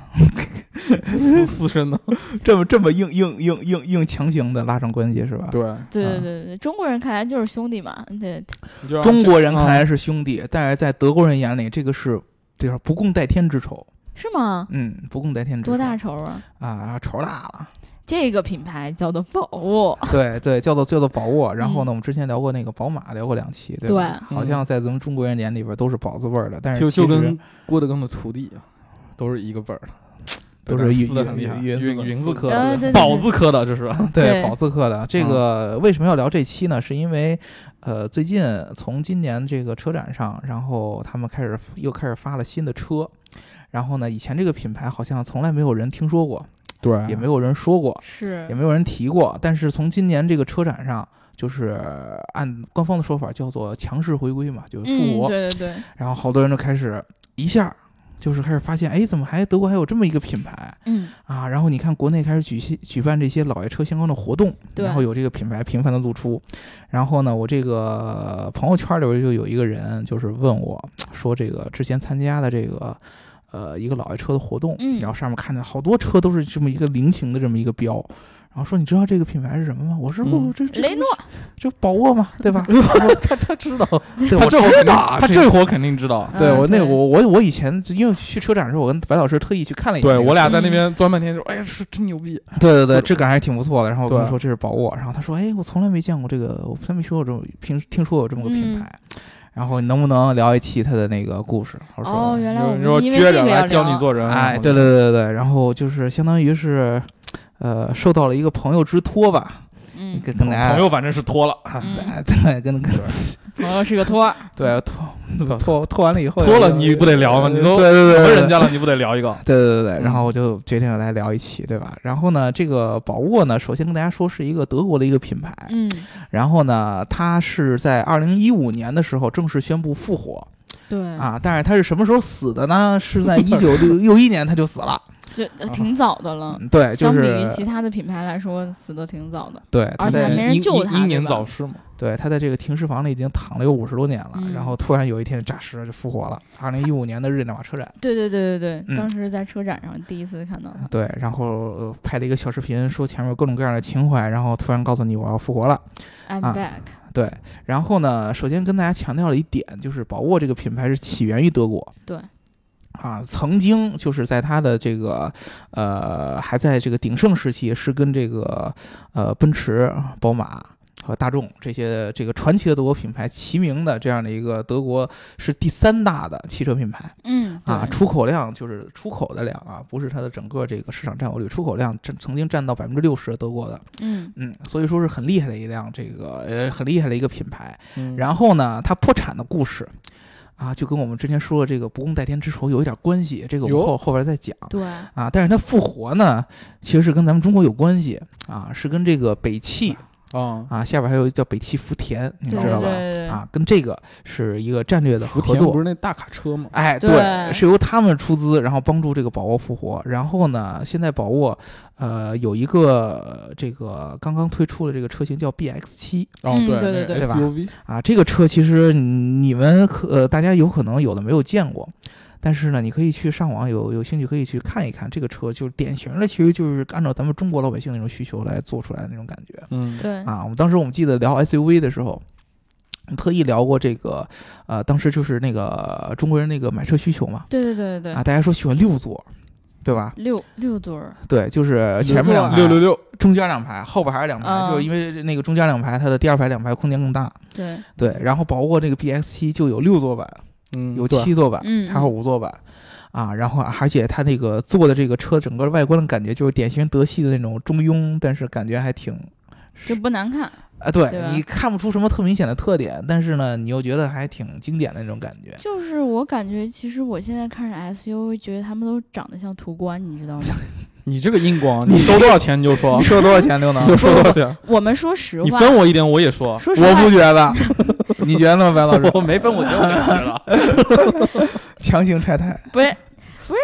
[SPEAKER 3] 私私生的，
[SPEAKER 4] 这么这么硬硬硬硬硬强行的拉上关系是吧？
[SPEAKER 3] 对，
[SPEAKER 2] 对对
[SPEAKER 4] 嗯
[SPEAKER 2] 对对，中国人看来就是兄弟嘛，对，
[SPEAKER 3] 你就让
[SPEAKER 4] 中
[SPEAKER 3] 这
[SPEAKER 4] 国人看
[SPEAKER 3] 嗯
[SPEAKER 4] 来是兄弟，但是在德国人眼里，这个是这是不共戴天之仇。
[SPEAKER 2] 是吗？
[SPEAKER 4] 嗯，不共戴天之仇。
[SPEAKER 2] 多大仇啊？
[SPEAKER 4] 啊？仇大了。
[SPEAKER 2] 这个品牌叫做宝沃，
[SPEAKER 4] 对对，叫做叫做宝沃。然后
[SPEAKER 2] 哦嗯
[SPEAKER 4] 呢，我们之前聊过那个宝马，聊过两期，对吧？
[SPEAKER 3] 对
[SPEAKER 4] 好像在咱们中国人眼里边都是宝字辈儿的，但是
[SPEAKER 3] 就
[SPEAKER 4] 其
[SPEAKER 3] 就
[SPEAKER 4] 实
[SPEAKER 3] 跟郭德纲的徒弟啊都是一个辈儿的，
[SPEAKER 4] 都是
[SPEAKER 3] 对但
[SPEAKER 4] 云
[SPEAKER 3] 撕的很厉害，
[SPEAKER 4] 云
[SPEAKER 3] 云
[SPEAKER 4] 云
[SPEAKER 3] 云
[SPEAKER 4] 字
[SPEAKER 3] 字科
[SPEAKER 4] 科
[SPEAKER 3] 的，
[SPEAKER 2] 呃，对对
[SPEAKER 3] 宝
[SPEAKER 2] 对，
[SPEAKER 3] 字科的，这是
[SPEAKER 4] 嗯 对
[SPEAKER 2] 对
[SPEAKER 4] 宝字科的
[SPEAKER 3] 嗯
[SPEAKER 4] 这个为什么要聊这期呢？是因为呃，最近从今年这个车展上，然后他们开始又开始发了新的车，然后呢，以前这个品牌好像从来没有人听说过。
[SPEAKER 3] 对，
[SPEAKER 4] 也没有人说过，
[SPEAKER 3] 啊
[SPEAKER 2] 是
[SPEAKER 4] 也没有人提过。但是从今年这个车展上，就是按官方的说法叫做强势回归嘛，就是复
[SPEAKER 2] 嗯，
[SPEAKER 4] 活。
[SPEAKER 2] 对对对，
[SPEAKER 4] 然后好多人都开始一下就是开始发现，哎，怎么还德国还有这么一个品牌
[SPEAKER 2] 嗯，
[SPEAKER 4] 啊？然后你看国内开始举些举办这些老爷车相关的活动，
[SPEAKER 2] 对
[SPEAKER 4] 然后有这个品牌频繁的露出。然后呢，我这个朋友圈里边就有一个人就是问我说，这个之前参加的这个。呃，一个老爷车的活动，
[SPEAKER 2] 嗯
[SPEAKER 4] 然后上面看见好多车都是这么一个菱形的这么一个标，然后说你知道这个品牌是什么吗？我说
[SPEAKER 3] 嗯
[SPEAKER 4] 我这这
[SPEAKER 2] 雷诺，
[SPEAKER 4] 这宝沃嘛，对 吧？
[SPEAKER 3] 他他知道，
[SPEAKER 4] 对，
[SPEAKER 3] 他
[SPEAKER 4] 我
[SPEAKER 3] 这会儿肯定，
[SPEAKER 4] 道
[SPEAKER 3] 他这会儿肯定知道。
[SPEAKER 4] 对
[SPEAKER 2] 嗯
[SPEAKER 4] 我
[SPEAKER 2] 对
[SPEAKER 4] 那个我我我以前因为去车展的时候，我跟白老师特意去看了一眼
[SPEAKER 3] 对
[SPEAKER 4] 那个车。
[SPEAKER 3] 我俩在
[SPEAKER 2] 嗯
[SPEAKER 3] 那边钻半天，说：“哎呀，是真牛逼
[SPEAKER 4] 对对对，
[SPEAKER 3] 对
[SPEAKER 4] 质感还挺不错的。然后我跟他
[SPEAKER 3] 对
[SPEAKER 4] 说这是宝沃，然后他说哎，我从来没见过这个，我从来没说过这种听听说过有这么个
[SPEAKER 2] 嗯
[SPEAKER 4] 品牌。然后你能不能聊一期他的那个故事？我说
[SPEAKER 2] 哦，原来我！”
[SPEAKER 3] 你说
[SPEAKER 2] 们因为
[SPEAKER 3] 撅
[SPEAKER 2] 这个
[SPEAKER 3] 着
[SPEAKER 2] 要
[SPEAKER 3] 来教
[SPEAKER 2] 聊
[SPEAKER 3] 你，做人，啊
[SPEAKER 4] 哎，对对对对对，然后就是相当于是，呃，受到了一个朋友之托吧，
[SPEAKER 2] 嗯，
[SPEAKER 4] 跟跟大家
[SPEAKER 3] 朋友反正是脱了，
[SPEAKER 2] 嗯，
[SPEAKER 4] 哎对跟跟
[SPEAKER 2] 朋友是个托儿，
[SPEAKER 4] 对托托托完了以后
[SPEAKER 3] 脱了你不得聊吗？你都
[SPEAKER 4] 对对对
[SPEAKER 3] 什
[SPEAKER 4] 对
[SPEAKER 3] 么
[SPEAKER 4] 对
[SPEAKER 3] 人家了，你不得聊一个？
[SPEAKER 4] 对对对对，
[SPEAKER 3] 嗯
[SPEAKER 4] 然后我就决定来聊一期，对吧？然后呢，这个宝沃呢，首先跟大家说是一个德国的一个品牌，
[SPEAKER 2] 嗯，
[SPEAKER 4] 然后呢，它是在二零一五年的时候正式宣布复活
[SPEAKER 2] 对，
[SPEAKER 4] 啊，但是它是什么时候死的呢？是在一九六六一年它就死了，
[SPEAKER 2] 这呃挺早的了。
[SPEAKER 4] 嗯对，就
[SPEAKER 2] 相比于
[SPEAKER 4] 是
[SPEAKER 2] 其他的品牌来说，死的挺早的。
[SPEAKER 4] 对，它
[SPEAKER 2] 而且
[SPEAKER 4] 在
[SPEAKER 2] 还没人
[SPEAKER 3] 英
[SPEAKER 2] 救
[SPEAKER 3] 英
[SPEAKER 2] 他
[SPEAKER 3] 英年
[SPEAKER 2] 对吧
[SPEAKER 3] 早逝嘛，
[SPEAKER 4] 对它在这个停尸房里已经躺了有五十多年了，
[SPEAKER 2] 嗯
[SPEAKER 4] 然后突然有一天诈尸就复活了，二零一五年的日内瓦车展。
[SPEAKER 2] 对对对对对，
[SPEAKER 4] 嗯
[SPEAKER 2] 当时在车展上第一次看到他。
[SPEAKER 4] 对，然后呃拍了一个小视频，说前面有各种各样的情怀，然后突然告诉你我要复活了。
[SPEAKER 2] I'm
[SPEAKER 4] 啊
[SPEAKER 2] back。
[SPEAKER 4] 对，然后呢，首先跟大家强调了一点，就是宝沃这个品牌是起源于德国。
[SPEAKER 2] 对。
[SPEAKER 4] 啊，曾经就是在它的这个，呃，还在这个鼎盛时期，是跟这个呃奔驰、宝马和大众这些这个传奇的德国品牌齐名的这样的一个德国是第三大的汽车品牌
[SPEAKER 2] 嗯，
[SPEAKER 4] 啊，
[SPEAKER 2] 对
[SPEAKER 4] 出口量就是出口的量啊，不是它的整个这个市场占有率，出口量占曾经占到百分之六十德国的，
[SPEAKER 2] 嗯
[SPEAKER 4] 嗯，所以说是很厉害的一辆这个呃很厉害的一个品牌。
[SPEAKER 3] 嗯
[SPEAKER 4] 然后呢，它破产的故事啊，就跟我们之前说的这个不共戴天之仇有一点关系，这个我们
[SPEAKER 3] 哟
[SPEAKER 4] 后后边再讲
[SPEAKER 2] 对，
[SPEAKER 4] 啊。但是它复活呢，其实是跟咱们中国有关系啊，是跟这个北汽
[SPEAKER 3] 啊，
[SPEAKER 4] 啊，下边还有一个叫北汽福田，你们
[SPEAKER 2] 对
[SPEAKER 4] 知道吧？
[SPEAKER 2] 对对对
[SPEAKER 4] 啊，跟这个是一个战略的合
[SPEAKER 3] 福田
[SPEAKER 4] 作
[SPEAKER 3] 不。是那大卡车吗？
[SPEAKER 4] 哎，
[SPEAKER 2] 对
[SPEAKER 4] 是由他们出资，然后帮助这个宝沃复活。然后呢，现在宝沃，呃，有一个呃这个刚刚推出的这个车型叫 BX 七
[SPEAKER 3] 哦，
[SPEAKER 2] 嗯对
[SPEAKER 3] 对
[SPEAKER 2] 对
[SPEAKER 4] 对吧
[SPEAKER 3] SUV，
[SPEAKER 4] 啊，这个车其实你们可呃大家有可能有的没有见过，但是呢，你可以去上网有有兴趣可以去看一看这个车，就是典型的，其实就是按照咱们中国老百姓那种需求来做出来的那种感觉。
[SPEAKER 3] 嗯，
[SPEAKER 2] 对，
[SPEAKER 4] 啊，我们当时我们记得聊 SUV 的时候，特意聊过这个，呃，当时就是那个中国人那个买车需求嘛，
[SPEAKER 2] 对对对对
[SPEAKER 4] 啊，
[SPEAKER 2] 对，
[SPEAKER 4] 大家说喜欢六座，对吧？
[SPEAKER 2] 六六对儿，
[SPEAKER 4] 对，就是
[SPEAKER 2] 四
[SPEAKER 4] 前面两
[SPEAKER 2] 座
[SPEAKER 4] 排
[SPEAKER 3] 六六六，
[SPEAKER 4] 中间两排，后边还是两排，
[SPEAKER 2] 啊
[SPEAKER 4] 就是因为那个中间两排它的第二排两排空间更大，
[SPEAKER 2] 对，
[SPEAKER 4] 对。然后宝沃这个 BX 七就有六座版，
[SPEAKER 3] 嗯，
[SPEAKER 4] 有
[SPEAKER 3] 对
[SPEAKER 4] 七座版，
[SPEAKER 2] 嗯
[SPEAKER 4] 还有五座版。啊，然后而且它那个做的这个车，整个外观的感觉就是典型德系的那种中庸，但是感觉还挺
[SPEAKER 2] 这不难看。
[SPEAKER 4] 啊，对
[SPEAKER 2] 对吧
[SPEAKER 4] 你看不出什么特明显的特点，但是呢，你又觉得还挺经典的那种感觉。
[SPEAKER 2] 就是我感觉，其实我现在看着 SUV，觉得他们都长得像途观，你知道吗？
[SPEAKER 3] 你这个硬广，
[SPEAKER 4] 你
[SPEAKER 3] 你收多少钱你就说啊
[SPEAKER 4] 你，收多少钱， 刘能？
[SPEAKER 3] 你收多少钱？
[SPEAKER 2] 我们说实
[SPEAKER 3] 你
[SPEAKER 2] 话，
[SPEAKER 3] 分我一点我也说，
[SPEAKER 2] 说实
[SPEAKER 4] 我
[SPEAKER 2] 话
[SPEAKER 4] 不，觉得，你觉得呢，白老师？
[SPEAKER 3] 我没分我觉得我也觉得，
[SPEAKER 4] 强行拆台，
[SPEAKER 2] 不是不是，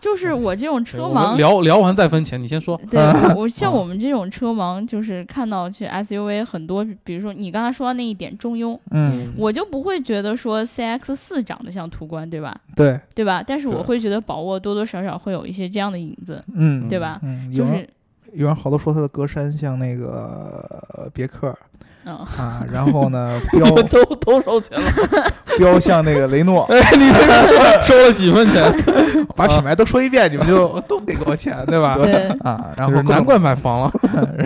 [SPEAKER 2] 就是我这种车
[SPEAKER 3] 我们
[SPEAKER 2] 盲，
[SPEAKER 3] 聊聊完再分钱，你先说，
[SPEAKER 2] 对，我像我们这种车盲，就是看到去 SUV 很多，比如说你刚才说到那一点中庸，
[SPEAKER 4] 嗯，
[SPEAKER 2] 我就不会觉得说 CX 四长得像途观，对吧？
[SPEAKER 4] 对，
[SPEAKER 2] 对吧？但是我
[SPEAKER 3] 对
[SPEAKER 2] 会觉得宝沃多多少少会有一些这样的影子，
[SPEAKER 4] 嗯，
[SPEAKER 2] 对吧？
[SPEAKER 4] 嗯，有
[SPEAKER 2] 就
[SPEAKER 4] 人
[SPEAKER 2] 是
[SPEAKER 4] 有人好多说他的格栅像那个呃别克
[SPEAKER 2] 嗯，
[SPEAKER 4] 啊，然后呢
[SPEAKER 3] 你们
[SPEAKER 4] 标
[SPEAKER 3] 都都收钱了，
[SPEAKER 4] 标像那个雷诺，
[SPEAKER 3] 哎，你这个收了几分钱？
[SPEAKER 4] 把品牌都说一遍，你们就都 得给我钱，对吧？
[SPEAKER 2] 对，
[SPEAKER 4] 啊，然后各
[SPEAKER 3] 难
[SPEAKER 4] 种
[SPEAKER 3] 怪买房了，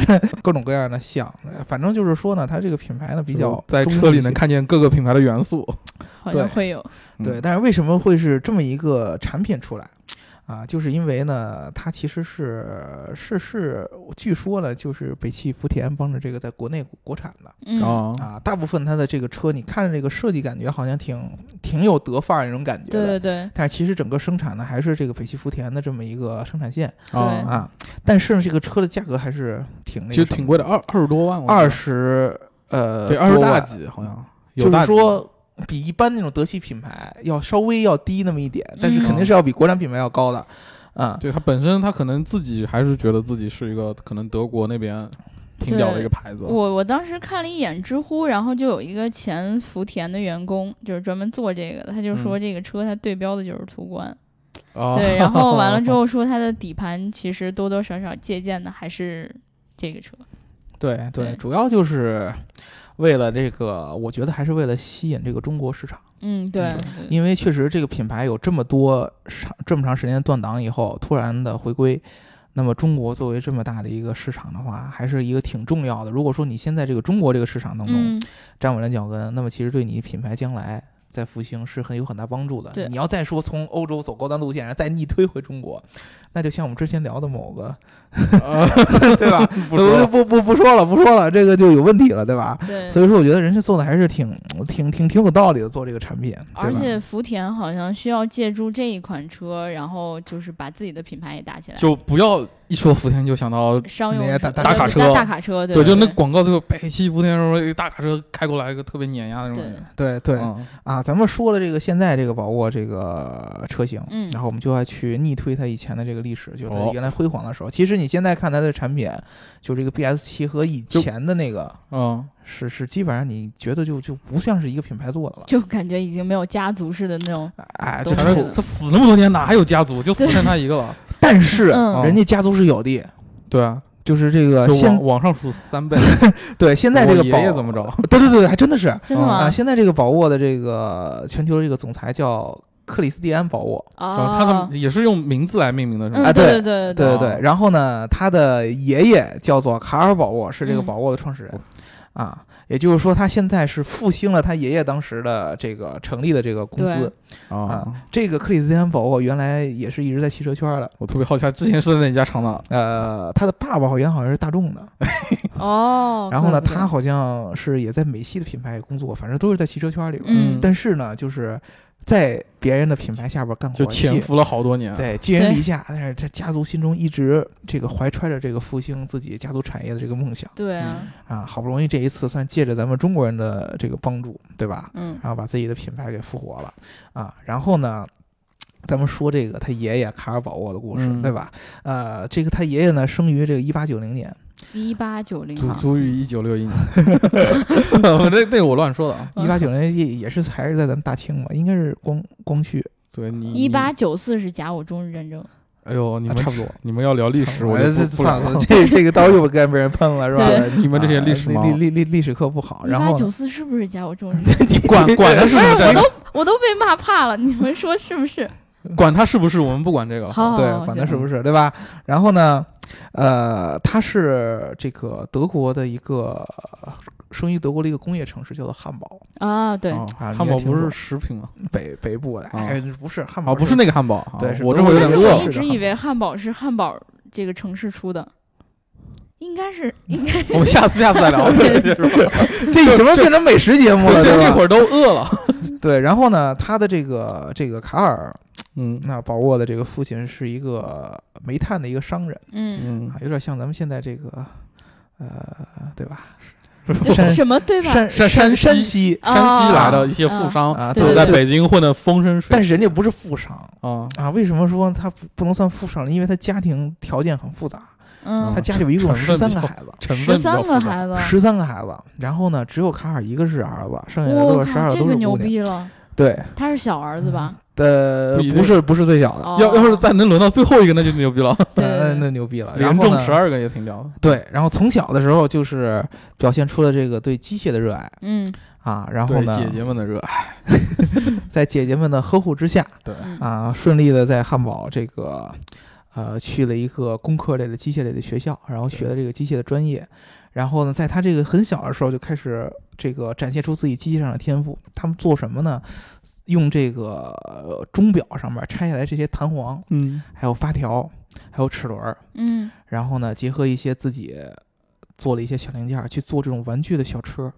[SPEAKER 4] 各种各样的像，反正就是说呢，它这个品牌呢比较
[SPEAKER 3] 在
[SPEAKER 4] 中
[SPEAKER 3] 车里
[SPEAKER 4] 立
[SPEAKER 3] 能看见各个品牌的元素，
[SPEAKER 2] 好
[SPEAKER 4] 对
[SPEAKER 2] 像会有，
[SPEAKER 4] 嗯对，但是为什么会是这么一个产品出来？啊，就是因为呢，它其实是是是，据说呢，就是北汽福田帮着这个在国内国产的
[SPEAKER 2] 嗯，
[SPEAKER 3] 哦，
[SPEAKER 4] 啊，大部分它的这个车，你看着这个设计感觉好像挺挺有德范儿那种感觉
[SPEAKER 2] 对
[SPEAKER 4] 的，
[SPEAKER 2] 对对，
[SPEAKER 4] 但是其实整个生产呢还是这个北汽福田的这么一个生产线
[SPEAKER 2] 对
[SPEAKER 3] 啊，
[SPEAKER 4] 啊，但是呢，这个车的价格还是挺那
[SPEAKER 3] 其实
[SPEAKER 4] 个什
[SPEAKER 3] 挺
[SPEAKER 4] 么
[SPEAKER 3] 贵的，二二十多万，我觉得
[SPEAKER 4] 二十呃
[SPEAKER 3] 对二十
[SPEAKER 4] 多
[SPEAKER 3] 大
[SPEAKER 4] 万
[SPEAKER 3] 几好像，有
[SPEAKER 4] 就
[SPEAKER 3] 大
[SPEAKER 4] 是
[SPEAKER 3] 几
[SPEAKER 4] 说比一般那种德系品牌要稍微要低那么一点，但是
[SPEAKER 2] 嗯
[SPEAKER 4] 肯定是要比国产品牌要高的，啊，
[SPEAKER 3] 对他本身他可能自己还是觉得自己是一个可能德国那边挺屌的一个牌子，
[SPEAKER 2] 我我当时看了一眼知乎，然后就有一个前福田的员工，就是专门做这个的，他就说
[SPEAKER 3] 嗯
[SPEAKER 2] 这个车它对标的就是途观，
[SPEAKER 3] 啊
[SPEAKER 2] 对，然后完了之，后说它的底盘其实多多少少借鉴的还是这个车，
[SPEAKER 4] 对对
[SPEAKER 2] 对，
[SPEAKER 4] 主要就是为了这个，我觉得还是为了吸引这个中国市场，
[SPEAKER 2] 嗯，对，对
[SPEAKER 4] 因为确实这个品牌有这么多长这么长时间断档以后，突然的回归。那么中国作为这么大的一个市场的话，还是一个挺重要的。如果说你现在这个中国这个市场当中，
[SPEAKER 2] 嗯，
[SPEAKER 4] 站稳了脚跟，那么其实对你品牌将来在复兴是很有很大帮助的。
[SPEAKER 2] 对
[SPEAKER 4] 你要再说从欧洲走高端路线，然后再逆推回中国，那就像我们之前聊的某个， 对吧？
[SPEAKER 3] 不说了
[SPEAKER 4] 不不不说了，不说了，这个就有问题了，对吧？
[SPEAKER 2] 对，
[SPEAKER 4] 所以说，我觉得人家做的还是挺挺挺挺有道理的，做这个产品，对吧
[SPEAKER 2] 而且福田好像需要借助这一款车，然后就是把自己的品牌也打起来，
[SPEAKER 3] 就不要一说福田就想到。
[SPEAKER 2] 商用
[SPEAKER 4] 那些
[SPEAKER 2] 车
[SPEAKER 4] 大
[SPEAKER 3] 大
[SPEAKER 2] 对
[SPEAKER 3] 卡
[SPEAKER 2] 对
[SPEAKER 3] 车
[SPEAKER 2] 大大卡车，对，
[SPEAKER 3] 就那
[SPEAKER 2] 对
[SPEAKER 3] 广告最后北汽福田什么一个大卡车开过来，一个特别碾压的那种感觉。
[SPEAKER 4] 对对、
[SPEAKER 3] 嗯
[SPEAKER 4] 啊，咱们说的这个现在这个宝沃这个车型，
[SPEAKER 2] 嗯
[SPEAKER 4] 然后我们就要去逆推它以前的这个历史，就是它
[SPEAKER 3] 哦
[SPEAKER 4] 原来辉煌的时候。其实你现在看它的产品，就这个 BS 七和以
[SPEAKER 3] 就
[SPEAKER 4] 前的那个，
[SPEAKER 3] 嗯，
[SPEAKER 4] 是是，基本上你觉得就就不像是一个品牌做的了。
[SPEAKER 2] 就感觉已经没有家族式的那种，
[SPEAKER 4] 哎，
[SPEAKER 2] 都
[SPEAKER 4] 这
[SPEAKER 2] 是
[SPEAKER 4] 土
[SPEAKER 2] 这
[SPEAKER 3] 他死那么多年，哪还有家族？就死剩他一个了。
[SPEAKER 4] 但是
[SPEAKER 2] 嗯
[SPEAKER 4] 人家家族是有的，
[SPEAKER 3] 对啊，
[SPEAKER 4] 就是这个
[SPEAKER 3] 就
[SPEAKER 4] 呃
[SPEAKER 3] 往
[SPEAKER 4] 现
[SPEAKER 3] 往上数三倍。
[SPEAKER 4] 对现在这
[SPEAKER 3] 我
[SPEAKER 4] 个
[SPEAKER 3] 爷
[SPEAKER 4] 宝
[SPEAKER 3] 爷怎么着？
[SPEAKER 4] 对对对，还真的是
[SPEAKER 2] 真的
[SPEAKER 4] 啊！
[SPEAKER 2] 吗？
[SPEAKER 4] 现在这个宝沃的这个全球这个总裁叫克里斯蒂安·宝沃，
[SPEAKER 3] 啊，他的也是用名字来命名的，是
[SPEAKER 2] 哦嗯
[SPEAKER 3] 吗？
[SPEAKER 4] 啊，
[SPEAKER 2] 对
[SPEAKER 4] 对
[SPEAKER 2] 对
[SPEAKER 4] 对
[SPEAKER 2] 对
[SPEAKER 4] 对对。然后呢，他的爷爷叫做卡尔·宝沃，是这个
[SPEAKER 2] 嗯
[SPEAKER 4] 宝沃的创始人
[SPEAKER 3] 嗯
[SPEAKER 4] 啊。也就是说，他现在是复兴了他爷爷当时的这个成立的这个公司。
[SPEAKER 2] 嗯
[SPEAKER 3] 啊，
[SPEAKER 4] 这个克里斯蒂安·宝沃原来也是一直在汽车圈的。
[SPEAKER 3] 我特别好奇，他之前是在哪家厂的？
[SPEAKER 4] 呃，他的爸爸好像好像是大众的，
[SPEAKER 2] 哦，
[SPEAKER 4] 然后呢，
[SPEAKER 2] 怪不得
[SPEAKER 4] 他好像是也在美系的品牌工作，反正都是在汽车圈里边儿。
[SPEAKER 2] 嗯，
[SPEAKER 4] 但是呢，就是在别人的品牌下边干
[SPEAKER 3] 就
[SPEAKER 4] 活，
[SPEAKER 3] 潜
[SPEAKER 4] 寄
[SPEAKER 3] 伏了好多年。
[SPEAKER 4] 对寄人
[SPEAKER 2] 对
[SPEAKER 4] 篱下， 但是这家族心中一直这个怀揣着这个复兴自己家族产业的这个梦想
[SPEAKER 2] 对啊，
[SPEAKER 4] 啊，好不容易这一次算借着咱们中国人的这个帮助，对吧？
[SPEAKER 2] 嗯
[SPEAKER 4] 然后把自己的品牌给复活了啊。然后呢，咱们说这个他爷爷卡尔保沃的故事，
[SPEAKER 3] 嗯
[SPEAKER 4] 对吧？呃，这个他爷爷呢，生于这个一八九零年，
[SPEAKER 2] 一八九零
[SPEAKER 3] 足足于一九六一年， 我那那个我乱说的啊。
[SPEAKER 4] 一八九零年也也是还是在咱们大清嘛，应该是光光绪。
[SPEAKER 3] 对你
[SPEAKER 2] 一，八
[SPEAKER 3] 你
[SPEAKER 2] 九四是甲午中日战争，
[SPEAKER 3] 哎呦，你们
[SPEAKER 4] 差不多，
[SPEAKER 3] 你们要聊历史，我
[SPEAKER 4] 哎
[SPEAKER 3] 就
[SPEAKER 4] 这
[SPEAKER 3] 不不聊
[SPEAKER 4] 算了， 这这个到时候又该被人喷了是吧？
[SPEAKER 2] 对
[SPEAKER 3] 了。你们这些历史
[SPEAKER 4] 啊
[SPEAKER 3] 盲，
[SPEAKER 4] 历历历历史课不好，
[SPEAKER 2] 一
[SPEAKER 4] 然
[SPEAKER 2] 八
[SPEAKER 4] 后
[SPEAKER 2] 九
[SPEAKER 4] 呢
[SPEAKER 2] 四是不是甲午 中日战争？
[SPEAKER 3] 管管他是
[SPEAKER 2] 不
[SPEAKER 3] 什
[SPEAKER 2] 是，
[SPEAKER 3] 么
[SPEAKER 2] 我
[SPEAKER 3] 战争，
[SPEAKER 2] 都我都被骂怕了，你们说是不是？
[SPEAKER 3] 管他是不是，我们不管这个了。
[SPEAKER 2] 好，好
[SPEAKER 4] 对，
[SPEAKER 2] 好
[SPEAKER 4] 管他
[SPEAKER 2] 行
[SPEAKER 4] 是不是对吧？然后呢，呃，他是这个德国的一个生于德国的一个工业城市，叫做汉堡
[SPEAKER 2] 啊？对，
[SPEAKER 3] 哦
[SPEAKER 4] 啊你
[SPEAKER 3] 汉
[SPEAKER 4] 也
[SPEAKER 3] 堡
[SPEAKER 4] 听
[SPEAKER 3] 不是
[SPEAKER 4] 过
[SPEAKER 3] 食品吗？
[SPEAKER 4] 北北部的。哎，不是汉堡
[SPEAKER 3] 啊，不是那个汉堡，啊
[SPEAKER 4] 对是
[SPEAKER 3] 我
[SPEAKER 4] 德
[SPEAKER 3] 这会
[SPEAKER 4] 国
[SPEAKER 3] 有
[SPEAKER 2] 但
[SPEAKER 3] 点
[SPEAKER 2] 是
[SPEAKER 4] 人
[SPEAKER 2] 我
[SPEAKER 3] 饿
[SPEAKER 2] 一
[SPEAKER 4] 是
[SPEAKER 2] 直
[SPEAKER 4] 的
[SPEAKER 2] 以为汉堡是汉堡这个城市出的，应该是应该
[SPEAKER 3] 我们下次下次再聊。这这
[SPEAKER 4] 这已经变成美食节目了，
[SPEAKER 3] 这这会
[SPEAKER 4] 儿
[SPEAKER 3] 儿都饿了。
[SPEAKER 4] 对。然后呢，他的这个这个卡尔
[SPEAKER 3] 嗯
[SPEAKER 4] 那保沃的这个父亲是一个煤炭的一个商人
[SPEAKER 2] 嗯，
[SPEAKER 3] 嗯
[SPEAKER 4] 啊，，有点像咱们现在这个呃，对吧？
[SPEAKER 2] 对
[SPEAKER 4] 山
[SPEAKER 2] 什么对吧？
[SPEAKER 4] 山
[SPEAKER 3] 山
[SPEAKER 4] 山
[SPEAKER 3] 山
[SPEAKER 4] 西，
[SPEAKER 2] 啊
[SPEAKER 3] 山西来的一些富商
[SPEAKER 4] 啊
[SPEAKER 2] 对对
[SPEAKER 3] 在
[SPEAKER 4] 对
[SPEAKER 3] 北京混得风生水
[SPEAKER 4] 但
[SPEAKER 3] 起。
[SPEAKER 4] 是人家不是富商
[SPEAKER 3] 啊，
[SPEAKER 4] 啊。为什么说他不不能算富商呢？因为他家庭条件很复杂，
[SPEAKER 2] 嗯
[SPEAKER 4] 他，家里有一共有
[SPEAKER 3] 成
[SPEAKER 4] 十三
[SPEAKER 3] 分比
[SPEAKER 4] 个
[SPEAKER 3] 较
[SPEAKER 4] 孩子。
[SPEAKER 3] 成分
[SPEAKER 2] 十
[SPEAKER 3] 比较
[SPEAKER 2] 三
[SPEAKER 3] 复
[SPEAKER 2] 个
[SPEAKER 3] 杂。
[SPEAKER 2] 孩子，
[SPEAKER 4] 十三个孩子，然后呢，只有卡尔一个是儿子，剩下的
[SPEAKER 2] 我
[SPEAKER 4] 都是十
[SPEAKER 2] 靠，
[SPEAKER 4] 二
[SPEAKER 2] 这
[SPEAKER 4] 都
[SPEAKER 2] 个
[SPEAKER 4] 是
[SPEAKER 2] 牛
[SPEAKER 4] 姑娘。
[SPEAKER 2] 逼了！
[SPEAKER 4] 对，
[SPEAKER 2] 他是小儿子吧？
[SPEAKER 4] 呃
[SPEAKER 3] 不一，定
[SPEAKER 4] 不是不是最小的，
[SPEAKER 2] 哦
[SPEAKER 3] 嗯要要是再能轮到最后一个，那就牛逼了。
[SPEAKER 2] 对
[SPEAKER 4] 呃
[SPEAKER 2] 对
[SPEAKER 4] 那
[SPEAKER 2] 对，
[SPEAKER 4] 牛逼了。然
[SPEAKER 3] 连
[SPEAKER 4] 后
[SPEAKER 3] 中
[SPEAKER 4] 呢？
[SPEAKER 3] 十二个也挺屌的。
[SPEAKER 4] 对，然后从小的时候就是表现出了这个对机械的热爱
[SPEAKER 2] 嗯
[SPEAKER 4] 啊，然后
[SPEAKER 3] 对
[SPEAKER 4] 呢，
[SPEAKER 3] 姐姐们的热爱，
[SPEAKER 4] 在姐姐们的呵护之下
[SPEAKER 3] 对
[SPEAKER 2] 嗯
[SPEAKER 4] 啊啊，顺利的在汉堡这个呃，去了一个工科类的机械类的学校，然后学了这个机械的专业。然后呢，在他这个很小的时候就开始这个展现出自己机械上的天赋。他们做什么呢？用这个呃钟表上面拆下来这些弹簧，
[SPEAKER 3] 嗯，
[SPEAKER 4] 还有发条，还有齿轮儿，
[SPEAKER 2] 嗯
[SPEAKER 4] 然后呢，结合一些自己做了一些小零件儿去做这种玩具的小车。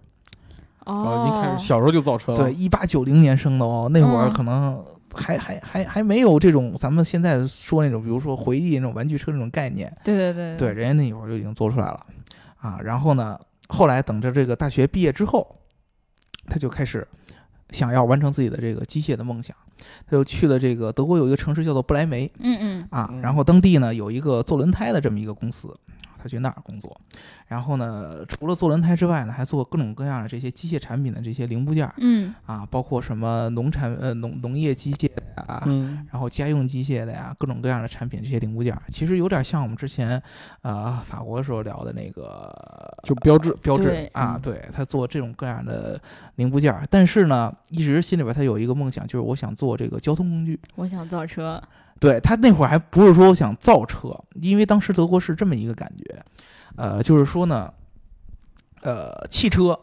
[SPEAKER 3] 啊，
[SPEAKER 2] 哦，
[SPEAKER 3] 已经开始小时候就造车了，
[SPEAKER 4] 对，，一八九零年生的哦，那会儿
[SPEAKER 2] 嗯
[SPEAKER 4] 可能还、还还还没有这种咱们现在说那种，比如说回忆那种玩具车那种概念。
[SPEAKER 2] 对对对
[SPEAKER 4] 对，人家那会儿就已经做出来了啊。然后呢，后来等着这个大学毕业之后，他就开始想要完成自己的这个机械的梦想，他就去了这个德国有一个城市叫做不来梅
[SPEAKER 2] 嗯嗯
[SPEAKER 4] 啊
[SPEAKER 3] 嗯，
[SPEAKER 4] 然后当地呢有一个做轮胎的这么一个公司。他去那儿工作，然后呢，除了做轮胎之外呢，还做各种各样的这些机械产品的这些零部件儿
[SPEAKER 2] 嗯
[SPEAKER 4] 啊，包括什么农产呃农农业机械的呀、
[SPEAKER 3] 嗯，
[SPEAKER 4] 然后家用机械的呀，各种各样的产品这些零部件儿，其实有点像我们之前呃法国时候聊的那个
[SPEAKER 3] 就标志，嗯
[SPEAKER 4] 标
[SPEAKER 2] 对
[SPEAKER 4] 志啊，对他做这种各样的零部件儿，但是呢，一直心里边他有一个梦想，就是我想做这个交通工具。
[SPEAKER 2] 我想造车，
[SPEAKER 4] 对他那会儿还不是说我想造车，因为当时德国是这么一个感觉，呃，就是说呢，呃，汽车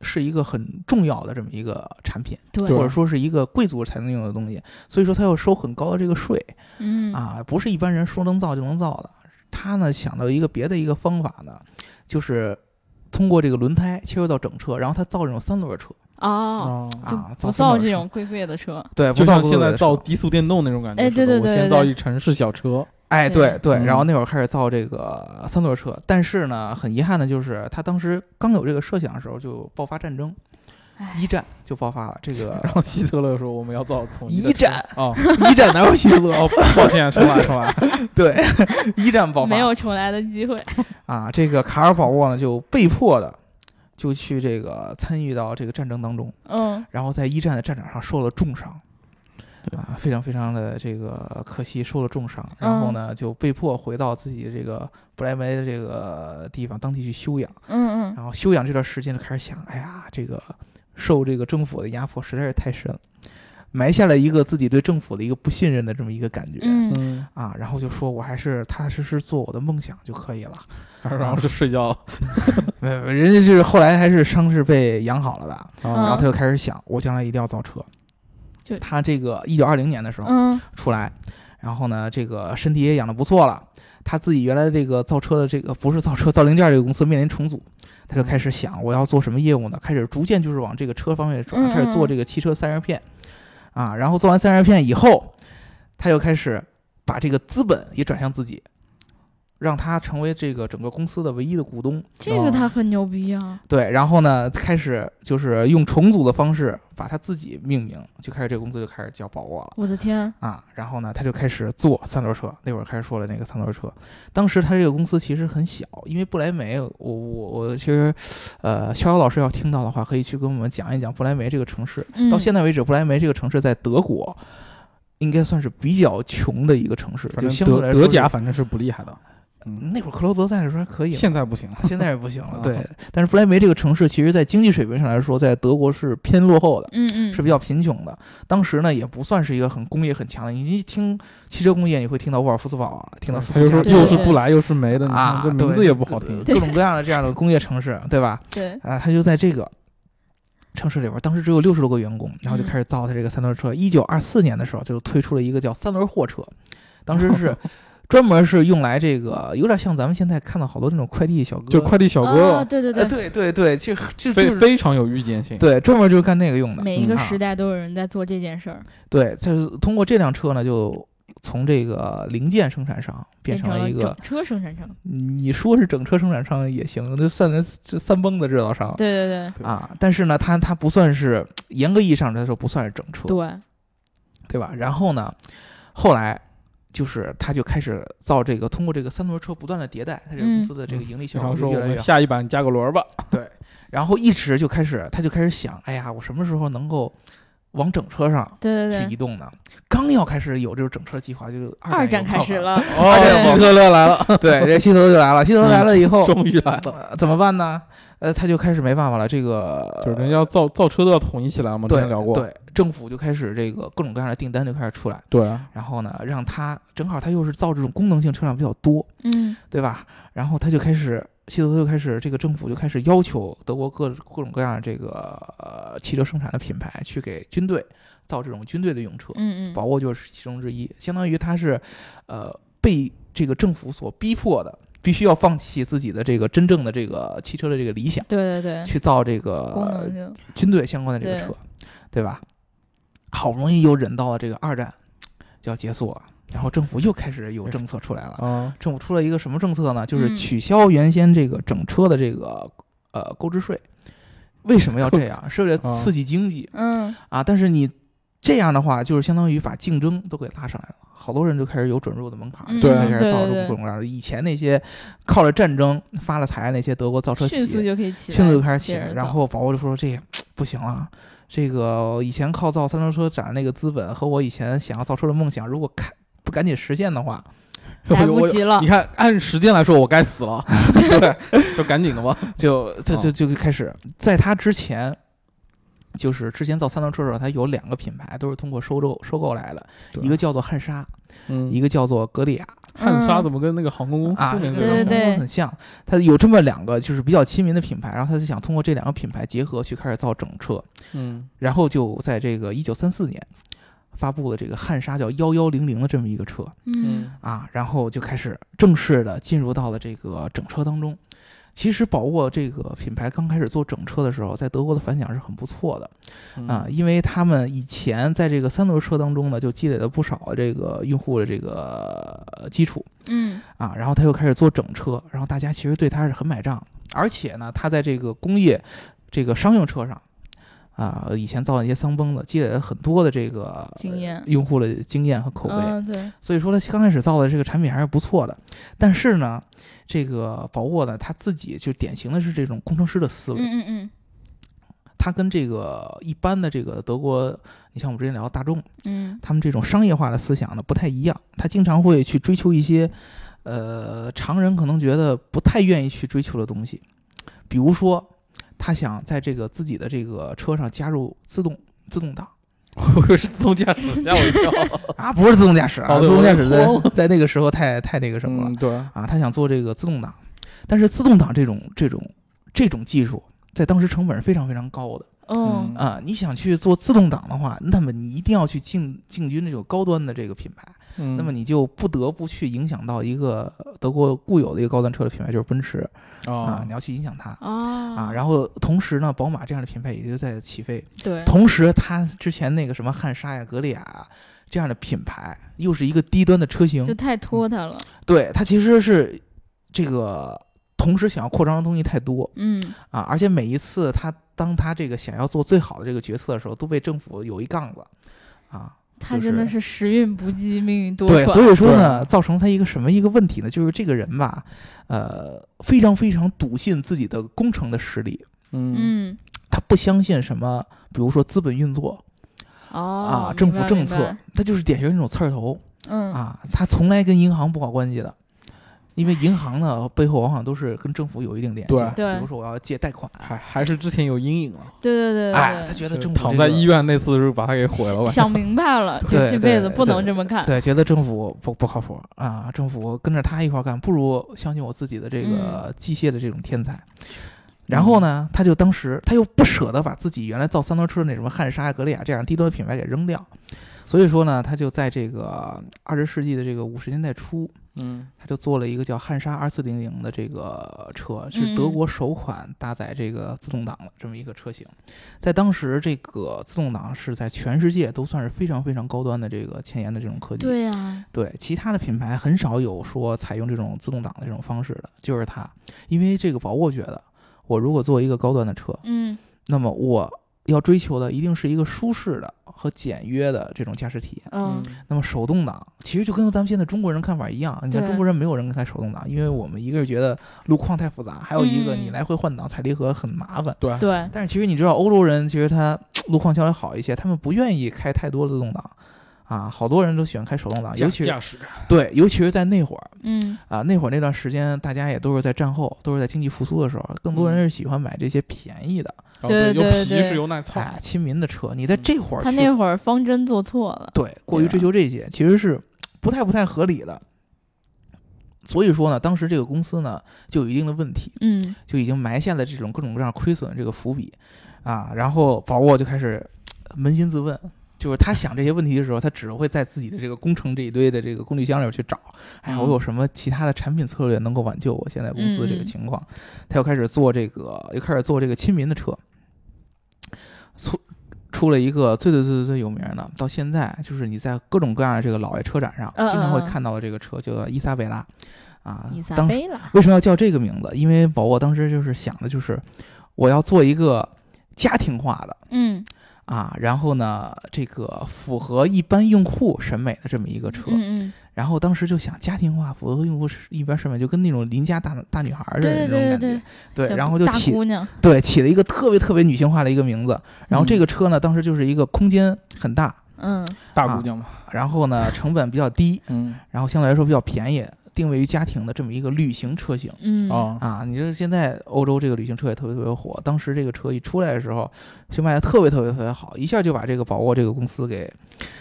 [SPEAKER 4] 是一个很重要的这么一个产品。
[SPEAKER 2] 对
[SPEAKER 4] 或者说是一个贵族才能用的东西，所以说他要收很高的这个税
[SPEAKER 2] 嗯，
[SPEAKER 4] 啊，不是一般人说能造就能造的。他呢想到一个别的一个方法呢，就是通过这个轮胎切入到整车，然后他造这种三轮车
[SPEAKER 2] 哦，
[SPEAKER 3] 哦，
[SPEAKER 2] 就
[SPEAKER 4] 啊，
[SPEAKER 2] 不
[SPEAKER 4] 三
[SPEAKER 2] 造
[SPEAKER 4] 轮
[SPEAKER 2] 这
[SPEAKER 4] 车
[SPEAKER 2] 种贵贵的车，
[SPEAKER 4] 对，不
[SPEAKER 3] 就像
[SPEAKER 4] 规
[SPEAKER 3] 现
[SPEAKER 4] 格
[SPEAKER 3] 在
[SPEAKER 4] 的
[SPEAKER 3] 造
[SPEAKER 4] 车
[SPEAKER 3] 低速电动那种感觉
[SPEAKER 2] 哎
[SPEAKER 3] 似
[SPEAKER 2] 对
[SPEAKER 3] 的，
[SPEAKER 2] 对
[SPEAKER 3] 我
[SPEAKER 2] 对
[SPEAKER 3] 先
[SPEAKER 2] 对
[SPEAKER 3] 造
[SPEAKER 2] 对
[SPEAKER 3] 一城市 小车，
[SPEAKER 4] 哎对对，
[SPEAKER 3] 嗯
[SPEAKER 4] 然后那会儿开始造这个三轮车，但是呢很遗憾的就是他当时刚有这个设想的时候就爆发战争，
[SPEAKER 2] 哎
[SPEAKER 4] 一战就爆发了，这个
[SPEAKER 3] 然后希特勒说我们要造统一的
[SPEAKER 4] 一
[SPEAKER 3] 车
[SPEAKER 4] 战
[SPEAKER 3] 哦，
[SPEAKER 4] 一战哪有希特勒？
[SPEAKER 3] 哦，抱歉，重来重来，
[SPEAKER 4] 对， 一战爆发
[SPEAKER 2] 没有重来的机会，
[SPEAKER 4] 啊，这个卡尔保沃呢就被迫的就去这个参与到这个战争当中，
[SPEAKER 2] 嗯，
[SPEAKER 4] 然后在一战的战场上受了重伤，
[SPEAKER 3] 对
[SPEAKER 4] 啊，非常非常的这个可惜，受了重伤，然
[SPEAKER 3] 嗯
[SPEAKER 4] 后呢就被迫回到自己这个不莱梅的这个地方当地去休养，
[SPEAKER 2] 嗯嗯，
[SPEAKER 4] 然后休养这段时间就开始想，哎呀，这个受这个政府的压迫实在是太深了，埋下了一个自己对政府的一个不信任的这么一个感觉。
[SPEAKER 2] 嗯，
[SPEAKER 3] 嗯，
[SPEAKER 4] 啊，然后就说我还是踏踏实实做我的梦想就可以 了。
[SPEAKER 3] 嗯然后就睡觉了，
[SPEAKER 4] 没有，人家就是后来还是伤势被养好了的，
[SPEAKER 3] 啊
[SPEAKER 4] 然后
[SPEAKER 2] 嗯
[SPEAKER 4] 他就开始想，我将来一定要造车。
[SPEAKER 2] 就
[SPEAKER 4] 他这个一九二零年的时候
[SPEAKER 2] 嗯
[SPEAKER 4] 出来，然后呢，这个身体也养得不错了。他自己原来这个造车的这个不是造车造零件这个公司面临重组，他就开始想我要做什么业务呢？开始逐渐就是往这个车方面转，开始做这个汽车散热片，啊，然后做完散热片以后，他又开始把这个资本也转向自己，啊让他成为这个整个公司的唯一的股东。
[SPEAKER 2] 这个他很牛逼啊，
[SPEAKER 4] 对，然后呢，开始就是用重组的方式把他自己命名，就开始这个公司就开始叫宝沃了
[SPEAKER 2] 我的天，
[SPEAKER 4] 啊。然后呢，他就开始做三轮车，那会儿开始说了那个三轮车。当时他这个公司其实很小，因为不莱梅，我我我其实，呃，逍遥老师要听到的话，可以去跟我们讲一讲不莱梅这个城市。
[SPEAKER 2] 嗯
[SPEAKER 4] 到现在为止，不莱梅这个城市在德国。应该算是比较穷的一个城市，
[SPEAKER 3] 反
[SPEAKER 4] 就嗯
[SPEAKER 3] 正
[SPEAKER 4] 相对
[SPEAKER 3] 德
[SPEAKER 4] 来说
[SPEAKER 3] 德
[SPEAKER 4] 是
[SPEAKER 3] 甲反正是不厉害的，嗯
[SPEAKER 4] 那会儿克罗泽在的时候还可以，
[SPEAKER 3] 现在不行了，
[SPEAKER 4] 现在是不行了
[SPEAKER 3] 啊。
[SPEAKER 4] 对，但是不莱梅这个城市，其实在经济水平上来说，在德国是偏落后的，
[SPEAKER 2] 嗯嗯
[SPEAKER 4] 是比较贫穷的。当时呢，也不算是一个很工业很强的。你一听汽车工业，你会听到沃尔夫斯堡啊，听到斯
[SPEAKER 3] 嗯他
[SPEAKER 4] 图
[SPEAKER 3] 就
[SPEAKER 4] 加
[SPEAKER 3] 说
[SPEAKER 4] 特
[SPEAKER 3] 又是
[SPEAKER 2] 对
[SPEAKER 3] 不来又是没的，你看
[SPEAKER 4] 啊，
[SPEAKER 3] 这名
[SPEAKER 4] 对
[SPEAKER 3] 字也不好听，
[SPEAKER 4] 各种各样的这样的工业城市，对吧？
[SPEAKER 2] 对，
[SPEAKER 4] 啊，他就在这个。城市里边，当时只有六十多个员工，然后就开始造他这个三轮车。一九二四年的时候，就推出了一个叫三轮货车，当时 是专门是用来这个，有点像咱们现在看到好多那种快递小哥，
[SPEAKER 3] 就快递小
[SPEAKER 2] 啊，
[SPEAKER 3] 哥
[SPEAKER 2] 对对
[SPEAKER 4] 呃，
[SPEAKER 2] 对，
[SPEAKER 4] 对对对，其实就就
[SPEAKER 3] 非
[SPEAKER 4] 是
[SPEAKER 3] 非常有预见性，
[SPEAKER 4] 对，专门就是干那个用的。
[SPEAKER 2] 每一个
[SPEAKER 4] 嗯
[SPEAKER 2] 时
[SPEAKER 4] 啊
[SPEAKER 2] 代都有人在做这件事儿，
[SPEAKER 4] 对，就是通过这辆车呢，就从这个零件生产商变
[SPEAKER 2] 变
[SPEAKER 4] 成
[SPEAKER 2] 成
[SPEAKER 4] 了
[SPEAKER 2] 了
[SPEAKER 4] 一
[SPEAKER 2] 整
[SPEAKER 4] 个，啊
[SPEAKER 2] 车生产厂，
[SPEAKER 4] 你说是整车生产商也行，那算这三蹦子制造商
[SPEAKER 2] 对对
[SPEAKER 3] 对
[SPEAKER 4] 啊。但是呢，它它不算是严格意义上来说不算是整车，
[SPEAKER 2] 对对，
[SPEAKER 4] 对吧？然后呢，后来。就是，他就开始造这个，通过这个三轮车不断的迭代，他这个
[SPEAKER 2] 嗯
[SPEAKER 4] 公司的这个盈利效
[SPEAKER 3] 然
[SPEAKER 4] 果
[SPEAKER 3] 后
[SPEAKER 4] 就
[SPEAKER 3] 说
[SPEAKER 4] 越
[SPEAKER 3] 我
[SPEAKER 4] 来越
[SPEAKER 3] 们
[SPEAKER 4] 好。
[SPEAKER 3] 下一版 加个轮儿吧，
[SPEAKER 4] 然后一直就开始，他就开始想，哎呀，我什么时候能够往整车上
[SPEAKER 2] 对对
[SPEAKER 4] 去
[SPEAKER 2] 对，
[SPEAKER 4] 移动的。刚要开始有这个整车计划，就
[SPEAKER 2] 二
[SPEAKER 4] 战
[SPEAKER 2] 战开
[SPEAKER 4] 有炮
[SPEAKER 2] 始
[SPEAKER 4] 了。
[SPEAKER 2] 了，
[SPEAKER 3] 哦
[SPEAKER 4] 这，
[SPEAKER 3] 希特勒 来 了，
[SPEAKER 4] 对，这希特勒就来了。希特
[SPEAKER 3] 嗯
[SPEAKER 4] 勒来了以后，
[SPEAKER 3] 终于来了，
[SPEAKER 4] 呃怎么办呢？呃，他就开始没办法了。这个呃
[SPEAKER 3] 就是人家要造造车都要统一起来嘛，之
[SPEAKER 4] 对
[SPEAKER 3] 前聊过，
[SPEAKER 4] 对，政府就开始这个各种各样的订单就开始出来，
[SPEAKER 3] 对啊，
[SPEAKER 4] 然后呢，让他正好他又是造这种功能性车辆比较多，
[SPEAKER 2] 嗯
[SPEAKER 4] 对吧？然后他就开始。希特勒就开始，这个政府就开始要求德国各各种各样的这个呃汽车生产的品牌去给军队造这种军队的用车，
[SPEAKER 2] 嗯
[SPEAKER 4] 宝
[SPEAKER 2] 嗯，
[SPEAKER 4] 沃就是其中之一，相当于他是，呃，被这个政府所逼迫的，必须要放弃自己的这个真正的这个汽车的这个理想，
[SPEAKER 2] 对对对，
[SPEAKER 4] 去造这
[SPEAKER 2] 嗯功
[SPEAKER 4] 个
[SPEAKER 2] 能性，
[SPEAKER 4] 军队相关的这个
[SPEAKER 2] 对
[SPEAKER 4] 车，对吧？好不容易又忍到了这个二战就要结束了，然后政府又开始有政策出来了。
[SPEAKER 3] 啊，
[SPEAKER 4] 政府出了一个什么政策呢？就是
[SPEAKER 2] 哦嗯
[SPEAKER 4] 取消原先这个整车的这个呃购置税。为什么要这样？是为了
[SPEAKER 2] 哦
[SPEAKER 3] 啊
[SPEAKER 4] 刺激经济。
[SPEAKER 2] 嗯
[SPEAKER 4] 啊，但是你这样的话，就是相当于把竞争都给拉上来了，好多人就开始有准入的门槛儿，
[SPEAKER 2] 嗯
[SPEAKER 4] 就
[SPEAKER 3] 对啊
[SPEAKER 4] 开始
[SPEAKER 2] 对
[SPEAKER 4] 造
[SPEAKER 2] 对
[SPEAKER 4] 出
[SPEAKER 2] 对
[SPEAKER 4] 各种各样的。以前那些靠着战争发了财那些德国造车企业，
[SPEAKER 2] 迅速就可以起来，
[SPEAKER 4] 迅速就开始起
[SPEAKER 2] 接
[SPEAKER 4] 来，
[SPEAKER 2] 着
[SPEAKER 4] 然
[SPEAKER 2] 造
[SPEAKER 4] 后宝沃就说这不行了。这个以前靠造三轮车展那个资本和我以前想要造车的梦想，如果看不赶紧实现的话，
[SPEAKER 2] 来不及了
[SPEAKER 3] 你，看，按时间来说，我该死了，对，就赶紧的吧，
[SPEAKER 4] 就就就
[SPEAKER 3] 哦
[SPEAKER 4] 就开始在他之前，就是之前造三轮车的时候，他有两个品牌都是通过收购收购来的，
[SPEAKER 3] 对
[SPEAKER 4] 一个叫做汉莎，
[SPEAKER 3] 嗯
[SPEAKER 4] 一个叫做格里亚，
[SPEAKER 3] 汉莎
[SPEAKER 2] 嗯
[SPEAKER 3] 怎么跟那个航空公
[SPEAKER 4] 啊，
[SPEAKER 3] 司名字
[SPEAKER 2] 对
[SPEAKER 4] 跟
[SPEAKER 2] 对
[SPEAKER 4] 公
[SPEAKER 2] 对
[SPEAKER 4] 司很像。它有这么两个就是比较亲民的品牌，然后他就想通过这两个品牌结合去开始造整车，
[SPEAKER 3] 嗯，
[SPEAKER 4] 然后就在这个一九三四年发布了这个汉莎叫幺幺零零的这么一个车
[SPEAKER 2] 嗯
[SPEAKER 4] 啊，然后就开始正式的进入到了这个整车当中。其实宝沃这个品牌刚开始做整车的时候，在德国的反响是很不错的
[SPEAKER 3] 嗯
[SPEAKER 4] 啊，，因为他们以前在这个三轮车当中呢，就积累了不少这个用户的这个呃基础，
[SPEAKER 2] 嗯
[SPEAKER 4] 啊，然后他又开始做整车，然后大家其实对他是很买账，而且呢，他在这个工业这个商用车上，啊，以前造了一些桑崩子，积累了很多的这个
[SPEAKER 2] 经验
[SPEAKER 4] 用户的经验和呃口碑，
[SPEAKER 2] 嗯对，
[SPEAKER 4] 所以说他刚开始造的这个产品还是不错的。但是呢，这个宝沃呢，他自己就典型的是这种工程师的思
[SPEAKER 2] 嗯
[SPEAKER 4] 维，
[SPEAKER 2] 嗯嗯
[SPEAKER 4] 他跟这个一般的这个德国，你像我们之前聊的大众。
[SPEAKER 2] 嗯
[SPEAKER 4] 他们这种商业化的思想呢不太一样，他经常会去追求一些，呃，常人可能觉得不太愿意去追求的东西，比如说，他想在这个自己的这个车上加入自动自动 挡
[SPEAKER 3] 我是自动驾驶，吓我一跳，
[SPEAKER 4] 啊，不是自动驾驶啊，
[SPEAKER 3] 哦
[SPEAKER 4] 自
[SPEAKER 3] 对
[SPEAKER 4] 动驾驶
[SPEAKER 3] 我
[SPEAKER 4] 在
[SPEAKER 3] 慌了
[SPEAKER 4] 在那个时候太太那个什么了、
[SPEAKER 3] 嗯对，
[SPEAKER 4] 啊，他想做这个自动挡，但是自动挡这种这种这种技术。在当时成本是非常非常高的
[SPEAKER 2] 哦
[SPEAKER 3] 嗯
[SPEAKER 4] 啊、你想去做自动挡的话，那么你一定要去进进军这种高端的这个品牌，
[SPEAKER 3] 嗯
[SPEAKER 4] 那么你就不得不去影响到一个德国固有的一个高端车的品牌，就是奔驰啊，
[SPEAKER 3] 啊
[SPEAKER 4] 你，要去影响它啊。
[SPEAKER 2] 啊
[SPEAKER 4] 然后同时呢，宝马这样的品牌也就在起飞。
[SPEAKER 2] 对，
[SPEAKER 4] 同时，它之前那个什么汉莎呀、格里亚这样的品牌，又是一个低端的车
[SPEAKER 2] 就
[SPEAKER 4] 型，
[SPEAKER 2] 太拖沓了，
[SPEAKER 4] 对它其实是这个同时想要扩张的东西太多
[SPEAKER 2] 嗯
[SPEAKER 4] 啊，而且每一次它当它这个想要做最好的这个决策的时候，都被政府有一杠子啊。
[SPEAKER 2] 他
[SPEAKER 4] 就
[SPEAKER 2] 真的
[SPEAKER 4] 是
[SPEAKER 2] 是时运不济，命运多
[SPEAKER 4] 对，
[SPEAKER 2] 舛，
[SPEAKER 4] 哎所以说呢，
[SPEAKER 3] 对
[SPEAKER 4] 造成他一个什么一个问题呢？就是这个人吧，呃，非常非常笃信自己的工程的实力，
[SPEAKER 3] 嗯
[SPEAKER 2] 嗯
[SPEAKER 4] 他不相信什么，比如说资本运作、
[SPEAKER 2] 哦
[SPEAKER 4] 啊、政
[SPEAKER 2] 明
[SPEAKER 4] 府
[SPEAKER 2] 白
[SPEAKER 4] 政
[SPEAKER 2] 明
[SPEAKER 4] 策
[SPEAKER 2] 白，
[SPEAKER 4] 他就是典型那种刺儿头
[SPEAKER 2] 嗯
[SPEAKER 4] 啊，他从来跟银行不搞关系的。因为银行呢，背后往往都是跟政府有一定联系
[SPEAKER 3] 对，
[SPEAKER 2] 对
[SPEAKER 4] 比如说我要借贷款，
[SPEAKER 3] 还还是之前有阴影了。
[SPEAKER 2] 对对对
[SPEAKER 4] 哎，
[SPEAKER 2] 对
[SPEAKER 4] 他
[SPEAKER 2] 对。
[SPEAKER 4] 觉得
[SPEAKER 3] 就
[SPEAKER 4] 政府
[SPEAKER 3] 躺
[SPEAKER 4] 这
[SPEAKER 3] 在
[SPEAKER 4] 个
[SPEAKER 3] 医院那次是把他给毁了吧？
[SPEAKER 2] 想明白 了，就这
[SPEAKER 4] 对对
[SPEAKER 2] 辈子不
[SPEAKER 4] 对
[SPEAKER 2] 能这么看。
[SPEAKER 4] 对，觉得政府不不靠谱啊，政府跟着他一块儿干，不如相信我自己的这个机械的这种天才。然后呢，他就当时他又不舍得把自己原来造三轮车的那什么汉莎、格力亚这样低端的品牌给扔掉，所以说呢，他就在这个二十世纪的这个五十年代初，
[SPEAKER 3] 嗯，
[SPEAKER 4] 他就做了一个叫汉莎二四零零的这个车，是
[SPEAKER 2] 嗯
[SPEAKER 4] 德国首款搭载这个自动挡的这么一个车型。在当时，这个自动挡是在全世界都算是非常非常高端的这个前沿的这种科技。
[SPEAKER 2] 对呀、
[SPEAKER 4] 对，其他的品牌很少有说采用这种自动挡的这种方式的，就是它，因为这个宝沃觉得，我如果做一个高端的车，
[SPEAKER 2] 嗯
[SPEAKER 4] 那么我要追求的一定是一个舒适的和简约的这种驾驶体验。
[SPEAKER 2] 嗯
[SPEAKER 4] 那么手动挡其实就跟咱们现在中国人看法一样，你看
[SPEAKER 2] 对
[SPEAKER 4] 中国人没有人开手动挡，因为我们一个是觉得路况太复杂，还有一个
[SPEAKER 2] 嗯
[SPEAKER 4] 你来回换挡踩离合很麻烦。
[SPEAKER 3] 对，
[SPEAKER 2] 对，
[SPEAKER 4] 但是其实你知道，欧洲人其实他路况稍微好一些，他们不愿意开太多的自动挡，啊，好多人都喜欢开手动挡，
[SPEAKER 3] 驾
[SPEAKER 4] 尤其是
[SPEAKER 3] 驾驶
[SPEAKER 4] 对，尤其是在那会儿
[SPEAKER 2] 嗯
[SPEAKER 4] 啊，那会儿那段时间，大家也都是在战后，都是在经济复苏的时候，更多
[SPEAKER 2] 嗯
[SPEAKER 4] 人是喜欢买这些便宜的、
[SPEAKER 3] 哦
[SPEAKER 2] 对
[SPEAKER 3] 有
[SPEAKER 2] 对
[SPEAKER 3] 皮
[SPEAKER 2] 对
[SPEAKER 3] 是有耐操，
[SPEAKER 4] 哎亲民的车。你在
[SPEAKER 3] 嗯
[SPEAKER 4] 这会儿
[SPEAKER 2] 他
[SPEAKER 4] 去
[SPEAKER 2] 那会儿方针做错了，
[SPEAKER 4] 对过于
[SPEAKER 2] 对吧
[SPEAKER 4] 追求这些，其实是不太不太合理的。所以说呢，当时这个公司呢就有一定的问题，
[SPEAKER 2] 嗯
[SPEAKER 4] 就已经埋下了这种各种各样亏损的这个伏笔啊。然后宝沃就开始呃扪心自问，就是他想这些问题的时候，他只会在自己的这个工程这一堆的这个工具箱里边去找，哎，
[SPEAKER 2] 嗯
[SPEAKER 4] 我有什么其他的产品策略能够挽救我现在公司这个情况？他又开始做这个，又开始做这个亲民的车，出出了一个最最最最最有名的，到现在就是你在各种各样的这个老爷车展上
[SPEAKER 2] 嗯嗯
[SPEAKER 4] 经常会
[SPEAKER 2] 嗯
[SPEAKER 4] 看到的这个车，叫伊莎贝拉。啊，
[SPEAKER 2] 伊莎
[SPEAKER 4] 当
[SPEAKER 2] 贝拉，
[SPEAKER 4] 为什么要叫这个名字？因为宝沃当时就是想的就是，我要做一个家庭化的
[SPEAKER 2] 嗯
[SPEAKER 4] 啊，然后呢，这个符合一般用户审美的这么一个车。
[SPEAKER 2] 嗯嗯，
[SPEAKER 4] 然后当时就想家庭化符合用户是一般审美，就跟那种邻家大大女孩儿似
[SPEAKER 2] 对
[SPEAKER 4] 的那种
[SPEAKER 2] 对
[SPEAKER 4] 感
[SPEAKER 2] 对
[SPEAKER 4] 觉。对
[SPEAKER 2] 小
[SPEAKER 4] 然后就
[SPEAKER 2] 大
[SPEAKER 4] 起
[SPEAKER 2] 姑娘，
[SPEAKER 4] 对，起了一个特别特别女性化的一个名字。然后这
[SPEAKER 3] 嗯
[SPEAKER 4] 个车呢，当时就是一个空间很大，
[SPEAKER 2] 嗯
[SPEAKER 3] 大姑娘嘛，
[SPEAKER 4] 然后呢成本比较低，
[SPEAKER 3] 嗯
[SPEAKER 4] 然后相对来说比较便宜，定位于家庭的这么一个旅行车型。
[SPEAKER 2] 嗯
[SPEAKER 3] 啊，
[SPEAKER 4] 啊，你这现在欧洲这个旅行车也特别特别火，当时这个车一出来的时候，就卖的特别特别特别好，一下就把这个宝沃这个公司给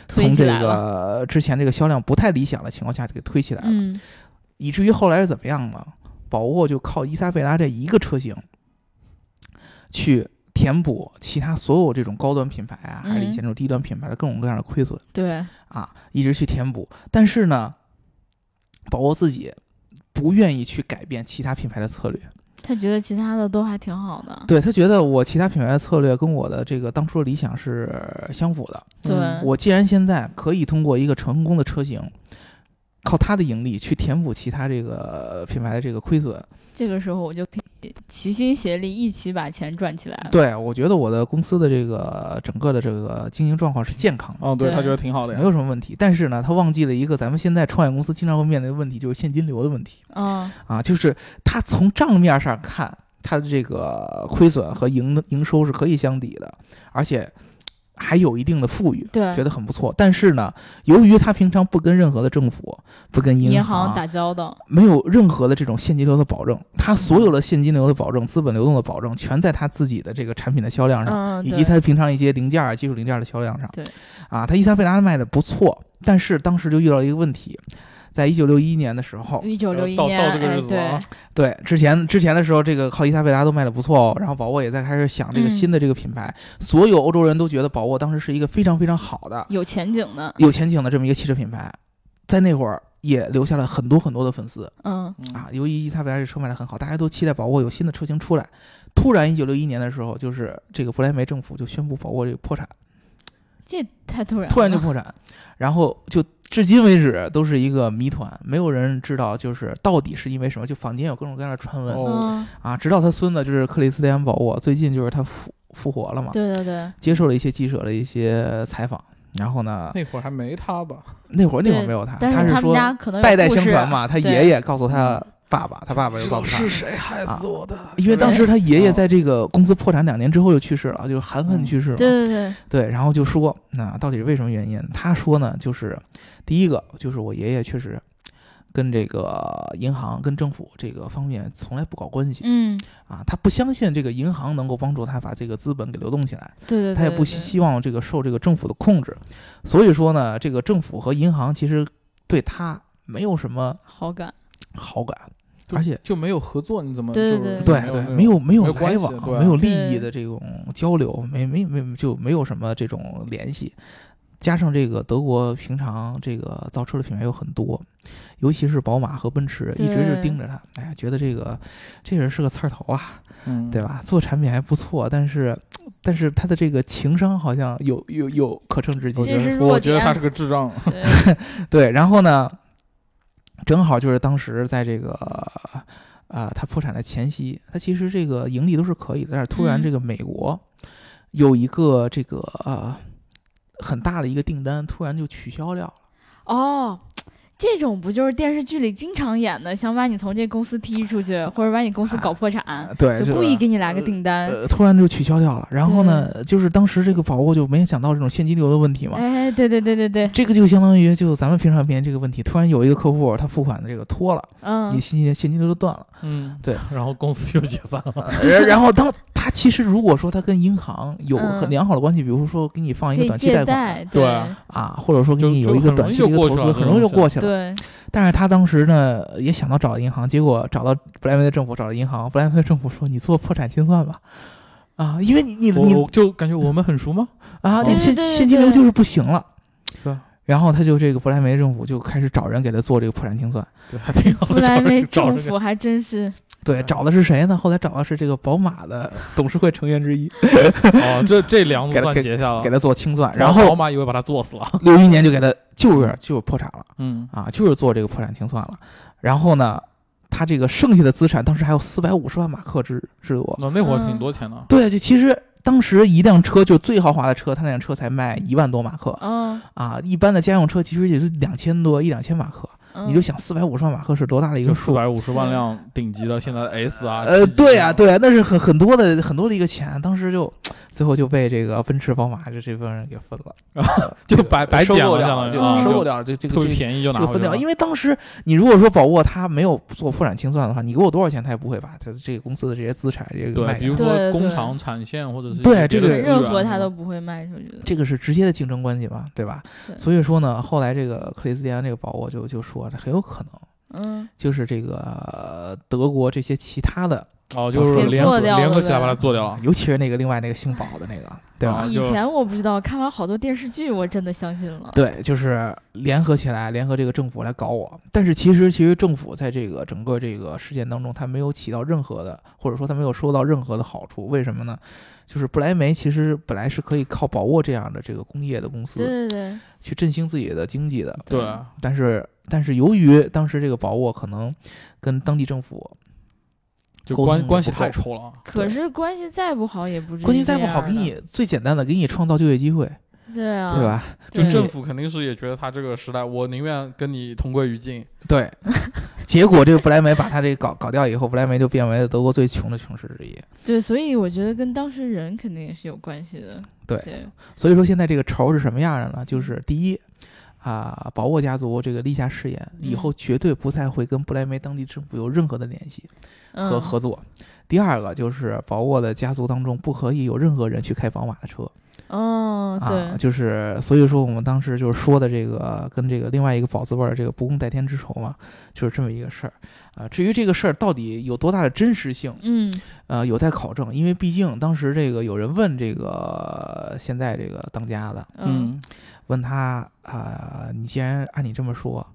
[SPEAKER 2] 推
[SPEAKER 4] 从
[SPEAKER 2] 起
[SPEAKER 4] 这
[SPEAKER 2] 来了
[SPEAKER 4] 个之前这个销量不太理想的情况下给推起来了，
[SPEAKER 2] 嗯
[SPEAKER 4] 以至于后来是怎么样呢？宝沃就靠伊莎贝拉这一个车型去填补其他所有这种高端品牌啊，还是以
[SPEAKER 2] 嗯
[SPEAKER 4] 前这种低端品牌的各种各样的亏损。
[SPEAKER 2] 对，
[SPEAKER 4] 啊，一直去填补。但是呢，宝沃自己不愿意去改变其他品牌的策略，
[SPEAKER 2] 他觉得其他的都还挺好的，
[SPEAKER 4] 对他觉得我其他品牌的策略跟我的这个当初的理想是相符的。
[SPEAKER 2] 对
[SPEAKER 3] 嗯
[SPEAKER 4] 我既然现在可以通过一个成功的车型。靠它的盈利去填补其他这个品牌的这个亏损，
[SPEAKER 2] 这个时候我就可以齐心协力一起把钱赚起来
[SPEAKER 3] 嗯
[SPEAKER 2] 了，
[SPEAKER 4] 对我觉得我的公司的这个整个的这个经营状况是健康的，
[SPEAKER 3] 哦，对
[SPEAKER 2] 对
[SPEAKER 3] 他觉得挺好的
[SPEAKER 4] 没
[SPEAKER 3] 呀，
[SPEAKER 4] 有什么问题。但是呢，他忘记了一个咱们现在创业公司经常会面临的问题，就是现金流的问题。
[SPEAKER 2] 嗯
[SPEAKER 4] 啊，就是它从账面上看，它的这个亏损和盈营收是可以相抵的，而且还有一定的富裕，
[SPEAKER 2] 对，
[SPEAKER 4] 觉得很不错。但是呢，由于它平常不跟任何的政府、不跟
[SPEAKER 2] 银
[SPEAKER 4] 行
[SPEAKER 2] 行打交道，
[SPEAKER 4] 没有任何的这种现金流的保证，它所有的现金流的保证、资本流动的保证，全在它自己的这个产品的销量上，
[SPEAKER 2] 嗯，
[SPEAKER 4] 以
[SPEAKER 2] 对
[SPEAKER 4] 及它平常啊一些零件儿、技术零件儿的销量上。
[SPEAKER 2] 对，
[SPEAKER 4] 啊，它伊莎贝拉卖的不错，但是当时就遇到了一个问题，在一九六一年的时候，
[SPEAKER 2] 一九六一
[SPEAKER 3] 到
[SPEAKER 2] 年，
[SPEAKER 3] 到这个
[SPEAKER 2] 哎
[SPEAKER 3] 日子了啊
[SPEAKER 2] 对，
[SPEAKER 4] 对，之前之前的时候，这个靠伊莎贝拉都卖的不错哦，然后宝沃也在开始想这个
[SPEAKER 2] 嗯
[SPEAKER 4] 新的这个品牌，所有欧洲人都觉得宝沃当时是一个非常非常好的、
[SPEAKER 2] 有前景的，
[SPEAKER 4] 有前景的这么一个汽车品牌，在那会儿也留下了很多很多的粉丝
[SPEAKER 2] 嗯
[SPEAKER 4] 啊。由于伊莎贝拉这车卖的很好，大家都期待宝沃有新的车型出来。突然，一九六一年的时候，就是这个不莱梅政府就宣布宝沃这个破产，
[SPEAKER 2] 这太突然了，
[SPEAKER 4] 突然就破产，然后就至今为止都是一个谜团，没有人知道就是到底是因为什么，就坊间有各种各样的传闻。
[SPEAKER 3] 哦
[SPEAKER 2] 嗯，
[SPEAKER 4] 啊，直到他孙子就是克里斯蒂安·保沃，最近就是他复复活了嘛，
[SPEAKER 2] 对对对，
[SPEAKER 4] 接受了一些记者的一些采访。然后呢，
[SPEAKER 3] 那会儿还没他吧？
[SPEAKER 4] 那会儿那会儿
[SPEAKER 2] 对
[SPEAKER 4] 没有他，
[SPEAKER 2] 但
[SPEAKER 4] 他
[SPEAKER 2] 他们
[SPEAKER 4] 说
[SPEAKER 2] 家可能有
[SPEAKER 4] 代代
[SPEAKER 2] 故
[SPEAKER 4] 相
[SPEAKER 2] 事
[SPEAKER 4] 传嘛，他
[SPEAKER 2] 对嗯
[SPEAKER 4] 爷爷告诉他爸爸，他爸爸又告
[SPEAKER 3] 道啊
[SPEAKER 4] 诉他。
[SPEAKER 3] 谁害
[SPEAKER 4] 死
[SPEAKER 3] 我的
[SPEAKER 4] 因为当时他爷
[SPEAKER 2] 嗯
[SPEAKER 4] 爷
[SPEAKER 3] 哦
[SPEAKER 4] 在这个公司破产两年之后就去世了，就是含恨
[SPEAKER 3] 嗯
[SPEAKER 4] 去世嘛。
[SPEAKER 2] 对对对，
[SPEAKER 4] 对，然后就说那到底是为什么原因？他说呢，就是第一个就是我爷爷确实跟这个银行、跟政府这个方面从来不搞关系，
[SPEAKER 2] 嗯，
[SPEAKER 4] 啊，他不相信这个银行能够帮助他把这个资本给流动起来，
[SPEAKER 2] 对对，
[SPEAKER 4] 他也
[SPEAKER 2] 对
[SPEAKER 4] 不
[SPEAKER 2] 对
[SPEAKER 4] 希希望这个受这个政府的控制，所以说呢，这个政府和银行其实对他没有什么
[SPEAKER 2] 好感，
[SPEAKER 4] 好感，而且
[SPEAKER 3] 就没有合作，你怎么
[SPEAKER 2] 对
[SPEAKER 3] 就
[SPEAKER 2] 对
[SPEAKER 3] 是
[SPEAKER 4] 对
[SPEAKER 3] 没有
[SPEAKER 4] 对
[SPEAKER 3] 那，种
[SPEAKER 4] 没有没有
[SPEAKER 3] 没有
[SPEAKER 4] 来
[SPEAKER 3] 关系
[SPEAKER 4] 往，
[SPEAKER 3] 对
[SPEAKER 4] 没有利益
[SPEAKER 2] 对
[SPEAKER 4] 的这种交流，没没没就没有什么这种联系。加上这个德国平常这个造车的品牌有很多，尤其是宝马和奔驰，一直是
[SPEAKER 2] 对
[SPEAKER 4] 盯着他。哎呀，觉得这个这人是个刺儿头啊，
[SPEAKER 3] 嗯
[SPEAKER 4] 对吧？做产品还不错，但是但是他的这个情商好像有有有可乘之机。
[SPEAKER 3] 我
[SPEAKER 2] 这
[SPEAKER 3] 觉
[SPEAKER 2] 是
[SPEAKER 3] 得
[SPEAKER 2] 弱
[SPEAKER 3] 我觉得
[SPEAKER 2] 点
[SPEAKER 3] 他是个智障，
[SPEAKER 2] 对
[SPEAKER 4] 对，然后呢，正好就是当时在这个呃他破产的前夕，他其实这个盈利都是可以的，但是突然
[SPEAKER 2] 嗯
[SPEAKER 4] 这个美国有一个这个呃很大的一个订单突然就取消掉了。
[SPEAKER 2] 哦，这种不就是电视剧里经常演的，想把你从这公司踢出去，或者把你公司搞破产，
[SPEAKER 4] 对，
[SPEAKER 2] 就
[SPEAKER 4] 就
[SPEAKER 2] 故意给你来个订单。
[SPEAKER 4] 呃，突然就取消掉了。然后呢，就是当时这个宝沃就没有想到这种现金流的问题嘛。
[SPEAKER 2] 哎，对对对对对，
[SPEAKER 4] 这个就相当于就咱们平常面临这个问题，突然有一个客户他付款的这个拖了，
[SPEAKER 2] 嗯
[SPEAKER 4] 你，现金现金流就断了。
[SPEAKER 3] 嗯，
[SPEAKER 4] 对，
[SPEAKER 3] 然后公司就解散了，
[SPEAKER 4] 呃然后当他其实如果说他跟银行有
[SPEAKER 2] 嗯
[SPEAKER 4] 很良好的关系，比如说给你放一
[SPEAKER 2] 可
[SPEAKER 4] 个
[SPEAKER 2] 以
[SPEAKER 4] 短期
[SPEAKER 2] 借
[SPEAKER 4] 贷款
[SPEAKER 2] 贷，
[SPEAKER 3] 对
[SPEAKER 2] 对
[SPEAKER 4] 啊，或者说给
[SPEAKER 3] 就
[SPEAKER 4] 你有
[SPEAKER 3] 就
[SPEAKER 4] 一个
[SPEAKER 3] 很
[SPEAKER 4] 短
[SPEAKER 3] 容易
[SPEAKER 4] 期的一
[SPEAKER 3] 就
[SPEAKER 4] 个
[SPEAKER 3] 过
[SPEAKER 4] 投
[SPEAKER 3] 去
[SPEAKER 4] 资，
[SPEAKER 3] 了
[SPEAKER 4] 很
[SPEAKER 3] 这
[SPEAKER 4] 容易就
[SPEAKER 3] 种事
[SPEAKER 4] 过去了。
[SPEAKER 2] 对，
[SPEAKER 4] 但是他当时呢也想到找银行，结果找到布莱梅的政府，找了银行，布莱梅的政府说你做破产清算吧。啊，因为你你 你
[SPEAKER 3] 我我就感觉我们很 熟吗？
[SPEAKER 4] 啊，
[SPEAKER 3] 哦
[SPEAKER 4] 那个
[SPEAKER 2] 对
[SPEAKER 4] 现
[SPEAKER 2] 对
[SPEAKER 4] 现金流
[SPEAKER 2] 对
[SPEAKER 4] 就是不行了。
[SPEAKER 3] 是吧
[SPEAKER 4] 然后他就这个布莱梅政府就开始找人给他做这个破产清算。
[SPEAKER 3] 对，还挺好
[SPEAKER 2] 布
[SPEAKER 3] 的。找
[SPEAKER 2] 莱
[SPEAKER 3] 人
[SPEAKER 2] 梅
[SPEAKER 3] 找
[SPEAKER 2] 政
[SPEAKER 3] 人
[SPEAKER 2] 府还真是，
[SPEAKER 4] 对，
[SPEAKER 3] 嗯
[SPEAKER 4] 找的是谁呢？后来找的是这个宝马的董事会成员之一，
[SPEAKER 3] 哦，这这梁子
[SPEAKER 4] 给了
[SPEAKER 3] 算结下了
[SPEAKER 4] 给。他做清算。
[SPEAKER 3] 然
[SPEAKER 4] 然
[SPEAKER 3] 后宝
[SPEAKER 4] 后
[SPEAKER 3] 马以为把他做死了。
[SPEAKER 4] 六一年就给他就是就破产了
[SPEAKER 3] 嗯，
[SPEAKER 4] 啊，就是做这个破产清算了。然后呢，他这个剩下的资产当时还有四百五十万马克之之多。
[SPEAKER 3] 那那会儿
[SPEAKER 2] 嗯
[SPEAKER 3] 挺多钱的。
[SPEAKER 4] 对，就其实。当时一辆车就最豪华的车，他那辆车才卖一万多马克
[SPEAKER 2] 嗯，
[SPEAKER 4] 啊，一般的家用车其实也就两千多一两千马克，
[SPEAKER 2] 嗯
[SPEAKER 4] 你就想四百五十万马克是多大的一
[SPEAKER 3] 就
[SPEAKER 4] 个
[SPEAKER 3] 四
[SPEAKER 4] 数？
[SPEAKER 3] 百五十万辆顶级的，现在的 S 啊，
[SPEAKER 4] 呃，
[SPEAKER 3] G
[SPEAKER 4] 对啊，，对啊，那是很很多的很多的一个钱，当时就最后就被这个奔驰、宝马这这帮人给分了，
[SPEAKER 3] 就白白
[SPEAKER 4] 呃收
[SPEAKER 3] 捡
[SPEAKER 4] 购
[SPEAKER 3] 了，
[SPEAKER 4] 掉
[SPEAKER 3] 相当于
[SPEAKER 4] 就
[SPEAKER 3] 啊
[SPEAKER 4] 收购
[SPEAKER 3] 就
[SPEAKER 4] 掉了，这这个
[SPEAKER 3] 特
[SPEAKER 4] 这
[SPEAKER 3] 别
[SPEAKER 4] 个
[SPEAKER 3] 便宜就
[SPEAKER 4] 这
[SPEAKER 3] 拿
[SPEAKER 4] 个
[SPEAKER 3] 回
[SPEAKER 4] 分
[SPEAKER 3] 去
[SPEAKER 4] 掉，
[SPEAKER 3] 了。
[SPEAKER 4] 因为当时你如果说宝沃它没有做破产清算的话，你给我多少钱，它也不会把它这个公司的这些资产这个卖
[SPEAKER 3] 对，
[SPEAKER 4] 掉
[SPEAKER 3] 比如。
[SPEAKER 2] 对
[SPEAKER 3] 说
[SPEAKER 2] 对
[SPEAKER 3] 工厂产线或者是
[SPEAKER 4] 对这
[SPEAKER 3] 别
[SPEAKER 4] 个
[SPEAKER 3] 的资源
[SPEAKER 2] 任何他都不会卖出去的。
[SPEAKER 4] 这个是直接的竞争关系嘛，对吧？
[SPEAKER 2] 对
[SPEAKER 4] 所以说呢，后来这个克里斯蒂安这个宝沃就就说，这很有可能
[SPEAKER 2] 嗯，
[SPEAKER 4] 就是这个呃德国这些其他的，
[SPEAKER 3] 哦，就是
[SPEAKER 4] 给
[SPEAKER 3] 联
[SPEAKER 2] 做
[SPEAKER 3] 合
[SPEAKER 2] 掉
[SPEAKER 3] 联
[SPEAKER 2] 了
[SPEAKER 3] 合起来
[SPEAKER 2] 呗
[SPEAKER 3] 把它做掉了。
[SPEAKER 4] 尤其是那个另外那个姓宝的那个，对吧？
[SPEAKER 3] 啊
[SPEAKER 2] 以
[SPEAKER 3] 就
[SPEAKER 2] 前我不知道，看完好多电视剧，我真的相信了。
[SPEAKER 4] 对，就是联合起来，联合这个政府来搞我。但是其实，其实政府在这个整个这个事件当中，它没有起到任何的，或者说它没有收到任何的好处。为什么呢？就是布莱梅其实本来是可以靠宝沃这样的这个工业的公
[SPEAKER 2] 对
[SPEAKER 4] 司
[SPEAKER 2] 对对，
[SPEAKER 4] 去振兴自己的经济的，
[SPEAKER 3] 对，
[SPEAKER 4] 但是但是由于当时这个宝沃可能跟当地政府
[SPEAKER 3] 就
[SPEAKER 4] 沟
[SPEAKER 3] 关
[SPEAKER 4] 通
[SPEAKER 3] 关
[SPEAKER 4] 得
[SPEAKER 3] 系
[SPEAKER 4] 不
[SPEAKER 3] 太
[SPEAKER 4] 够
[SPEAKER 3] 臭了。
[SPEAKER 2] 可是关系再不好也不是
[SPEAKER 4] 关系再不好，
[SPEAKER 2] 这
[SPEAKER 4] 给
[SPEAKER 2] 样的
[SPEAKER 4] 你最简单的给你创造就业机会，
[SPEAKER 2] 对啊，
[SPEAKER 4] 对？吧？
[SPEAKER 3] 就
[SPEAKER 2] 对
[SPEAKER 3] 政府肯定是也觉得他这个时代，我宁愿跟你同归于尽。
[SPEAKER 4] 对，结果这个布莱梅把他这个搞搞掉以后，布莱梅就变为了德国最穷的城市之一。
[SPEAKER 2] 对，所以我觉得跟当事人肯定也是有关系的。
[SPEAKER 4] 对
[SPEAKER 2] 对，
[SPEAKER 4] 所以说现在这个仇是什么样的呢？就是第一，啊、宝沃家族这个立下誓言，
[SPEAKER 2] 嗯
[SPEAKER 4] 以后绝对不再会跟布莱梅当地政府有任何的联系和
[SPEAKER 2] 嗯，
[SPEAKER 4] 合作。第二个就是宝沃的家族当中不可以有任何人去开宝马的车
[SPEAKER 2] 嗯，
[SPEAKER 4] 啊，
[SPEAKER 2] 对，
[SPEAKER 4] 就是所以说我们当时就是说的这个跟这个另外一个宝字辈儿这个不共戴天之仇嘛，就是这么一个事儿啊。至于这个事儿到底有多大的真实性，
[SPEAKER 2] 嗯，
[SPEAKER 4] 呃，有待考证，因为毕竟当时这个有人问这个现在这个当家的，
[SPEAKER 2] 嗯，
[SPEAKER 4] 问他啊、呃你既然按你这么说，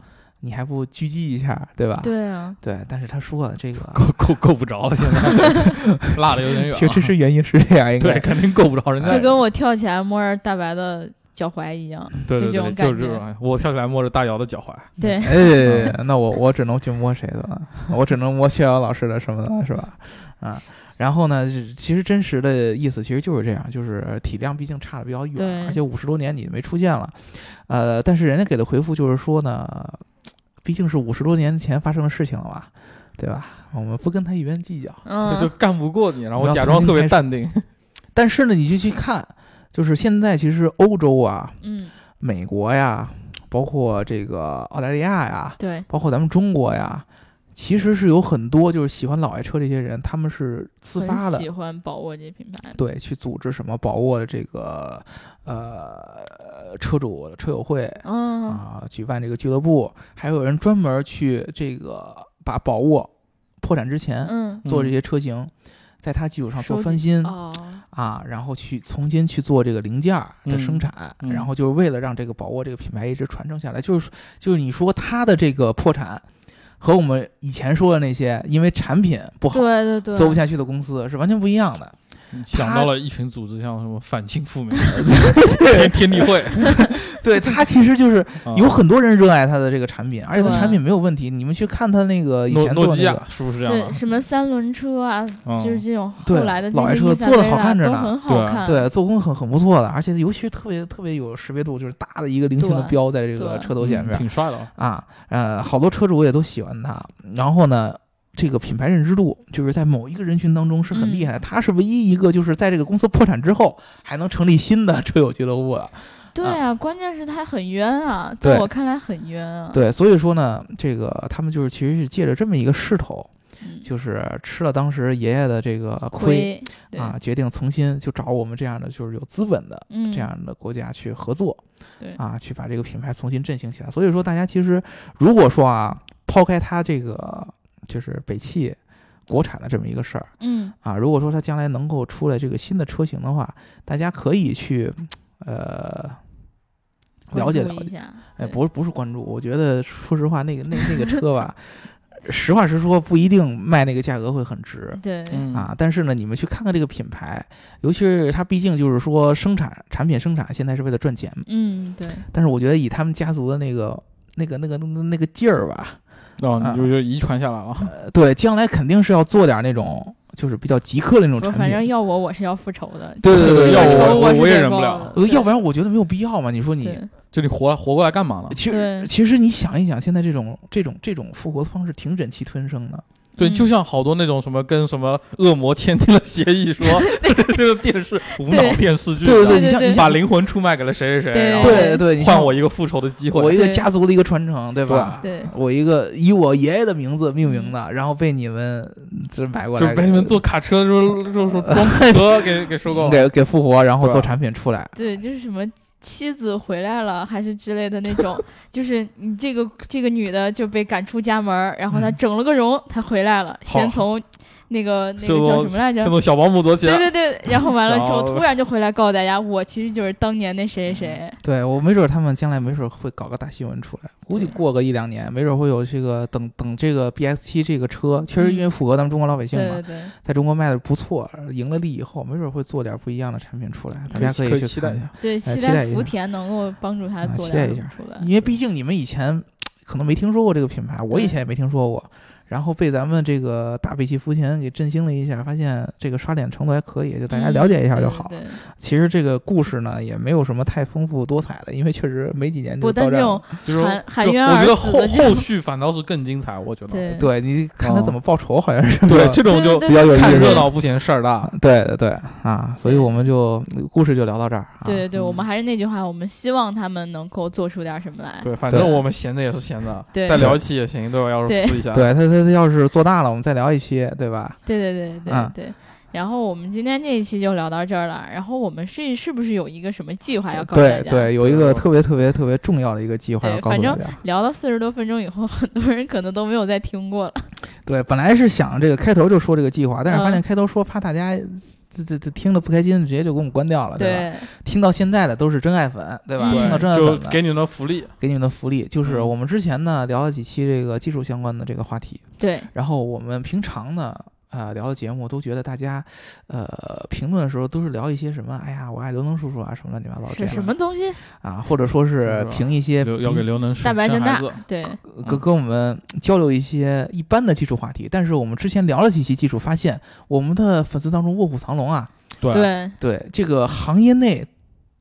[SPEAKER 4] 你还不狙击一下， 对吧？
[SPEAKER 2] 对啊，
[SPEAKER 4] 对但是他说了这个，
[SPEAKER 3] 够够够不着了，现在落的有点远
[SPEAKER 4] 其实这
[SPEAKER 3] 了。
[SPEAKER 4] 是原因是这样，应
[SPEAKER 3] 对，
[SPEAKER 4] 该
[SPEAKER 3] 肯定够不着人家。
[SPEAKER 2] 就跟我跳起来摸着大白的脚踝一 样。
[SPEAKER 3] 对
[SPEAKER 2] 就
[SPEAKER 3] 对
[SPEAKER 2] 这种
[SPEAKER 3] 对，就是
[SPEAKER 2] 感
[SPEAKER 3] 这
[SPEAKER 2] 觉
[SPEAKER 3] 种。我跳起来摸着大姚的脚踝，
[SPEAKER 2] 对，
[SPEAKER 4] 哎，那我我只能去摸谁的了， 我只能摸逍遥老师的什么的，是吧？啊，然后呢，就是其实真实的意思其实就是这样，就是体量毕竟差的比较
[SPEAKER 2] 对
[SPEAKER 4] 远，而且五十多年你没出现了，呃，但是人家给的回复就是说呢，毕竟是五十多年前发生的事情了嘛，对吧？我们不跟他一边计较。
[SPEAKER 2] 嗯，
[SPEAKER 3] 就干不过你，然后
[SPEAKER 4] 我
[SPEAKER 3] 我
[SPEAKER 4] 要
[SPEAKER 3] 假
[SPEAKER 4] 从
[SPEAKER 3] 装
[SPEAKER 4] 今
[SPEAKER 3] 特别
[SPEAKER 4] 开始
[SPEAKER 3] 淡定。
[SPEAKER 4] 但是呢，你就去看，就是现在其实欧洲啊、
[SPEAKER 2] 嗯，
[SPEAKER 4] 美国呀，包括这个澳大利亚呀，
[SPEAKER 2] 对，
[SPEAKER 4] 包括咱们中国呀，其实是有很多就是喜欢老爷车这些人，他们是自发
[SPEAKER 2] 很
[SPEAKER 4] 的
[SPEAKER 2] 喜，欢宝沃这品牌。
[SPEAKER 4] 对，去组织什么宝沃的这个呃车主车友会
[SPEAKER 2] 嗯，
[SPEAKER 4] 啊、举办这个俱乐部，还有人专门去这个把宝沃破产之前
[SPEAKER 2] 嗯，
[SPEAKER 4] 做这
[SPEAKER 3] 嗯
[SPEAKER 4] 些车型，在它基础上做
[SPEAKER 2] 收
[SPEAKER 4] 翻
[SPEAKER 2] 集
[SPEAKER 4] 新。
[SPEAKER 2] 哦，
[SPEAKER 4] 啊，然后去重新去做这个零件儿的生
[SPEAKER 3] 嗯
[SPEAKER 4] 产，
[SPEAKER 3] 嗯
[SPEAKER 4] 然后就是为了让这个宝沃这个品牌一直传承下来，就是就是你说它的这个破产和我们以前说的那些因为产品不好
[SPEAKER 2] 对对对，
[SPEAKER 4] 做不下去的公司是完全不一样的。
[SPEAKER 3] 想到了一群组织，像什么反 清复明、天天地会，
[SPEAKER 4] 对它其实就是有
[SPEAKER 3] 啊
[SPEAKER 4] 很多人热爱它的这个产品，而且它
[SPEAKER 2] 对
[SPEAKER 4] 产品没有问题。你们去看它那个以
[SPEAKER 3] 诺
[SPEAKER 4] 前做
[SPEAKER 3] 诺
[SPEAKER 4] 的
[SPEAKER 3] 基
[SPEAKER 4] 那
[SPEAKER 3] 亚
[SPEAKER 4] 个，
[SPEAKER 3] 是不是这样
[SPEAKER 2] 对，
[SPEAKER 3] 啊？
[SPEAKER 2] 什么三轮车啊，
[SPEAKER 3] 嗯
[SPEAKER 2] 就是这种
[SPEAKER 4] 对
[SPEAKER 2] 后来的这
[SPEAKER 4] 老
[SPEAKER 2] 些
[SPEAKER 4] 爱车
[SPEAKER 2] 伊萨
[SPEAKER 4] 做得
[SPEAKER 2] 贝
[SPEAKER 4] 好
[SPEAKER 2] 拉
[SPEAKER 4] 看着
[SPEAKER 2] 都
[SPEAKER 4] 呢
[SPEAKER 2] 很好
[SPEAKER 3] 对
[SPEAKER 2] 看，
[SPEAKER 4] 对，做工很很不错的，而且尤其是特别特别有识别度，就是大的一个菱形的
[SPEAKER 2] 对
[SPEAKER 4] 标在这
[SPEAKER 2] 对
[SPEAKER 4] 个车头前面
[SPEAKER 3] 挺帅的啊，
[SPEAKER 4] 啊，呃，好多车主也都喜欢它。然后呢，这个品牌认知度就是在某一个人群当中是很厉害的，它是唯一一个就是在这个公司破产之后还能成立新的车友俱乐部的。
[SPEAKER 2] 对啊，关键是它很冤啊，
[SPEAKER 4] 对
[SPEAKER 2] 在我看来很冤啊。
[SPEAKER 4] 对，所以说呢，这个他们就是其实是借着这么一个势头，
[SPEAKER 2] 嗯，
[SPEAKER 4] 就是吃了当时爷爷的这个亏
[SPEAKER 2] 亏
[SPEAKER 4] 啊，，决定重新就找我们这样的就是有资本的
[SPEAKER 2] 对嗯，
[SPEAKER 4] 这样的国家去合作，
[SPEAKER 2] 对
[SPEAKER 4] 啊，去把这个品牌重新振兴起来。所以说，大家其实如果说啊，抛开它这个就是北汽国产的这么一个事儿
[SPEAKER 2] 嗯，
[SPEAKER 4] 啊，如果说它将来能够出来这个新的车型的话，大家可以去呃了解
[SPEAKER 2] 关
[SPEAKER 4] 了
[SPEAKER 2] 注一
[SPEAKER 4] 解。
[SPEAKER 2] 下，对
[SPEAKER 4] 哎，不是不是关注，我觉得说实话，那个那那个车吧， 实话实说，不一定卖那个价格会很值。
[SPEAKER 2] 对，
[SPEAKER 3] 嗯
[SPEAKER 4] 啊，，但是呢，你们去看看这个品牌，尤其是它毕竟就是说生产产品生产现在是为了赚钱嘛，
[SPEAKER 2] 嗯，对，
[SPEAKER 4] 但是我觉得以他们家族的那个。那个、那个、那个那个劲儿吧，
[SPEAKER 3] 哦，
[SPEAKER 4] 啊
[SPEAKER 3] 你就就遗传下来了。
[SPEAKER 4] 呃对，将来肯定是要做点那种，就是比较极客的那
[SPEAKER 2] 我
[SPEAKER 4] 种产
[SPEAKER 2] 反正
[SPEAKER 4] 品，
[SPEAKER 2] 要我我是要复仇的，
[SPEAKER 4] 对对对对
[SPEAKER 2] 这个
[SPEAKER 4] 要
[SPEAKER 2] 仇
[SPEAKER 3] 我
[SPEAKER 2] 是
[SPEAKER 3] 我也
[SPEAKER 2] 被
[SPEAKER 3] 忍不
[SPEAKER 2] 报
[SPEAKER 3] 了
[SPEAKER 2] 的
[SPEAKER 4] 呃，
[SPEAKER 2] 对
[SPEAKER 4] 要不然我觉得没有必要嘛。你说你，
[SPEAKER 2] 对
[SPEAKER 3] 这你活活过来干嘛了？
[SPEAKER 4] 其
[SPEAKER 2] 对
[SPEAKER 4] 实其实你想一想，现在这种这种这种复活方式挺忍气吞声的，
[SPEAKER 3] 对，
[SPEAKER 2] 嗯
[SPEAKER 3] 就像好多那种什么跟什么恶魔签订了协 议，说 这个电视无脑
[SPEAKER 2] 对
[SPEAKER 3] 电视剧，
[SPEAKER 4] 对
[SPEAKER 2] 对
[SPEAKER 4] 对，你像
[SPEAKER 2] 对
[SPEAKER 4] 你
[SPEAKER 3] 把
[SPEAKER 4] 像
[SPEAKER 3] 灵魂出卖给了谁谁谁，
[SPEAKER 2] 对
[SPEAKER 3] 然后
[SPEAKER 4] 对对，你像
[SPEAKER 3] 换我一个复仇的机
[SPEAKER 4] 我
[SPEAKER 3] 会。
[SPEAKER 4] 一个
[SPEAKER 2] 对
[SPEAKER 4] 家族的一个传承，对吧？
[SPEAKER 2] 对对
[SPEAKER 4] 我一个以我爷爷的名字命名的，然后被你们这买过
[SPEAKER 3] 就
[SPEAKER 4] 来，
[SPEAKER 3] 是被你们坐卡车，就是就是说 装车给给收购了，
[SPEAKER 4] 给给复活，然后
[SPEAKER 3] 对啊
[SPEAKER 4] 做产品出来。
[SPEAKER 2] 对，就是什么妻子回来了还是之类的那 种，就是你这个这个女的就被赶出家门儿，然后她
[SPEAKER 4] 嗯
[SPEAKER 2] 整了个容，她回来了，先
[SPEAKER 3] 好
[SPEAKER 2] 从那个那
[SPEAKER 3] 先
[SPEAKER 2] 个叫
[SPEAKER 3] 从
[SPEAKER 2] 什么来着
[SPEAKER 3] 先？从小保姆走起
[SPEAKER 2] 对对
[SPEAKER 3] 来。
[SPEAKER 2] 对，然后完了之后，
[SPEAKER 3] 然后
[SPEAKER 2] 突然就回来告诉大家，我其实就是当年那
[SPEAKER 4] 嗯
[SPEAKER 2] 谁谁
[SPEAKER 4] 对我没准他们将来没准会搞个大新闻出来，估计
[SPEAKER 2] 对
[SPEAKER 4] 过个一两年，没准会有这个等等这个 BX 七这个车，确实因为符合咱们中国老百姓
[SPEAKER 2] 谁。
[SPEAKER 4] 嘛
[SPEAKER 2] 对对，对，
[SPEAKER 4] 在中国卖的不错，赢了利以后，没准会做点不一样的产品出来，大家
[SPEAKER 3] 可以
[SPEAKER 4] 以
[SPEAKER 3] 可以
[SPEAKER 4] 去
[SPEAKER 3] 期
[SPEAKER 4] 看
[SPEAKER 3] 待一
[SPEAKER 4] 下。
[SPEAKER 2] 对，期
[SPEAKER 4] 哎期待
[SPEAKER 2] 待
[SPEAKER 4] 一
[SPEAKER 2] 福
[SPEAKER 4] 下
[SPEAKER 2] 田能够帮助他
[SPEAKER 4] 啊
[SPEAKER 2] 做
[SPEAKER 4] 期待
[SPEAKER 2] 点
[SPEAKER 4] 一
[SPEAKER 2] 什
[SPEAKER 4] 下
[SPEAKER 2] 么出来。
[SPEAKER 4] 因为毕竟你们以前可能没听说过这个品牌，我以
[SPEAKER 2] 对
[SPEAKER 4] 前也没听说过，然后被咱们这个大北汽福田给振兴了一下，发现这个刷脸程度还可以，就大家了解一下就好。
[SPEAKER 2] 嗯对对对
[SPEAKER 4] 其实这个故事呢，也没有什么太丰富多彩的，因为确实没几年
[SPEAKER 2] 不，
[SPEAKER 4] 就
[SPEAKER 2] 但
[SPEAKER 4] 到
[SPEAKER 2] 这
[SPEAKER 4] 这儿
[SPEAKER 2] 种
[SPEAKER 4] 了。
[SPEAKER 3] 就是说
[SPEAKER 2] 喊喊
[SPEAKER 3] 就
[SPEAKER 2] 冤
[SPEAKER 3] 我觉
[SPEAKER 2] 而
[SPEAKER 3] 得
[SPEAKER 2] 死
[SPEAKER 3] 后
[SPEAKER 2] 的这种
[SPEAKER 3] 后续反倒是更精彩，我觉得。
[SPEAKER 2] 对
[SPEAKER 4] 对你看他
[SPEAKER 3] 哦
[SPEAKER 4] 怎么报仇，好像是比较
[SPEAKER 3] 对，这种就
[SPEAKER 2] 对
[SPEAKER 4] 比较有意
[SPEAKER 3] 看热
[SPEAKER 4] 思。
[SPEAKER 3] 闹不嫌事儿大。
[SPEAKER 4] 对对对啊，所以我们就故事就聊到这儿啊。
[SPEAKER 2] 对对对，我
[SPEAKER 3] 嗯
[SPEAKER 2] 们还是那句话，我们希望他们能够做出点什么来。
[SPEAKER 3] 对，反正
[SPEAKER 4] 对
[SPEAKER 3] 我们闲着也是闲着，
[SPEAKER 2] 对
[SPEAKER 3] 再聊一期也行，对吧？要
[SPEAKER 2] 对
[SPEAKER 3] 是撕一下，
[SPEAKER 4] 对他他他要是做大了，我们再聊一期，对吧？
[SPEAKER 2] 对对对对
[SPEAKER 4] 嗯
[SPEAKER 2] 对。然后我们今天这一期就聊到这儿了。然后我们是是不是有一个什么计划要告诉大
[SPEAKER 4] 对
[SPEAKER 2] 家？
[SPEAKER 4] 对，有一个
[SPEAKER 3] 对
[SPEAKER 4] 特别特别特别重要的一个计划
[SPEAKER 2] 对
[SPEAKER 4] 要告诉
[SPEAKER 2] 反
[SPEAKER 4] 大
[SPEAKER 2] 正
[SPEAKER 4] 家。
[SPEAKER 2] 聊到四十多分钟以后，很多人可能都没有再听过了。
[SPEAKER 4] 对，本来是想这个开头就说这个计划，但是发
[SPEAKER 2] 嗯
[SPEAKER 4] 现开头说怕大家这这这听了不开心，直接就给我们关掉了，吧？
[SPEAKER 2] 对
[SPEAKER 4] 听到现在的都是真爱粉，对吧？
[SPEAKER 2] 嗯
[SPEAKER 4] 听到真爱
[SPEAKER 3] 就
[SPEAKER 4] 粉的，
[SPEAKER 3] 给你们福利，
[SPEAKER 4] 给你们的福利就是
[SPEAKER 3] 嗯
[SPEAKER 4] 我们之前呢聊了几期这个技术相关的这个话题，
[SPEAKER 2] 对
[SPEAKER 4] 然后我们平常呢。呃，聊的节目都觉得大家，呃，评论的时候都是聊一些什么，哎呀，我爱刘能叔叔啊，什么乱七八糟这
[SPEAKER 2] 是
[SPEAKER 4] 样
[SPEAKER 2] 什么东西？
[SPEAKER 4] 啊，或者说是评一
[SPEAKER 2] 嗯
[SPEAKER 4] 些
[SPEAKER 3] 留要给刘能生
[SPEAKER 2] 大白
[SPEAKER 3] 生
[SPEAKER 2] 真大
[SPEAKER 3] 孩子。。
[SPEAKER 2] 对
[SPEAKER 4] 跟跟我们交流一些一般的技术话题，但是我们之前聊了几期技术，发现我们的粉丝当中卧虎藏龙啊，
[SPEAKER 3] 对
[SPEAKER 2] 对
[SPEAKER 4] 对这个行业内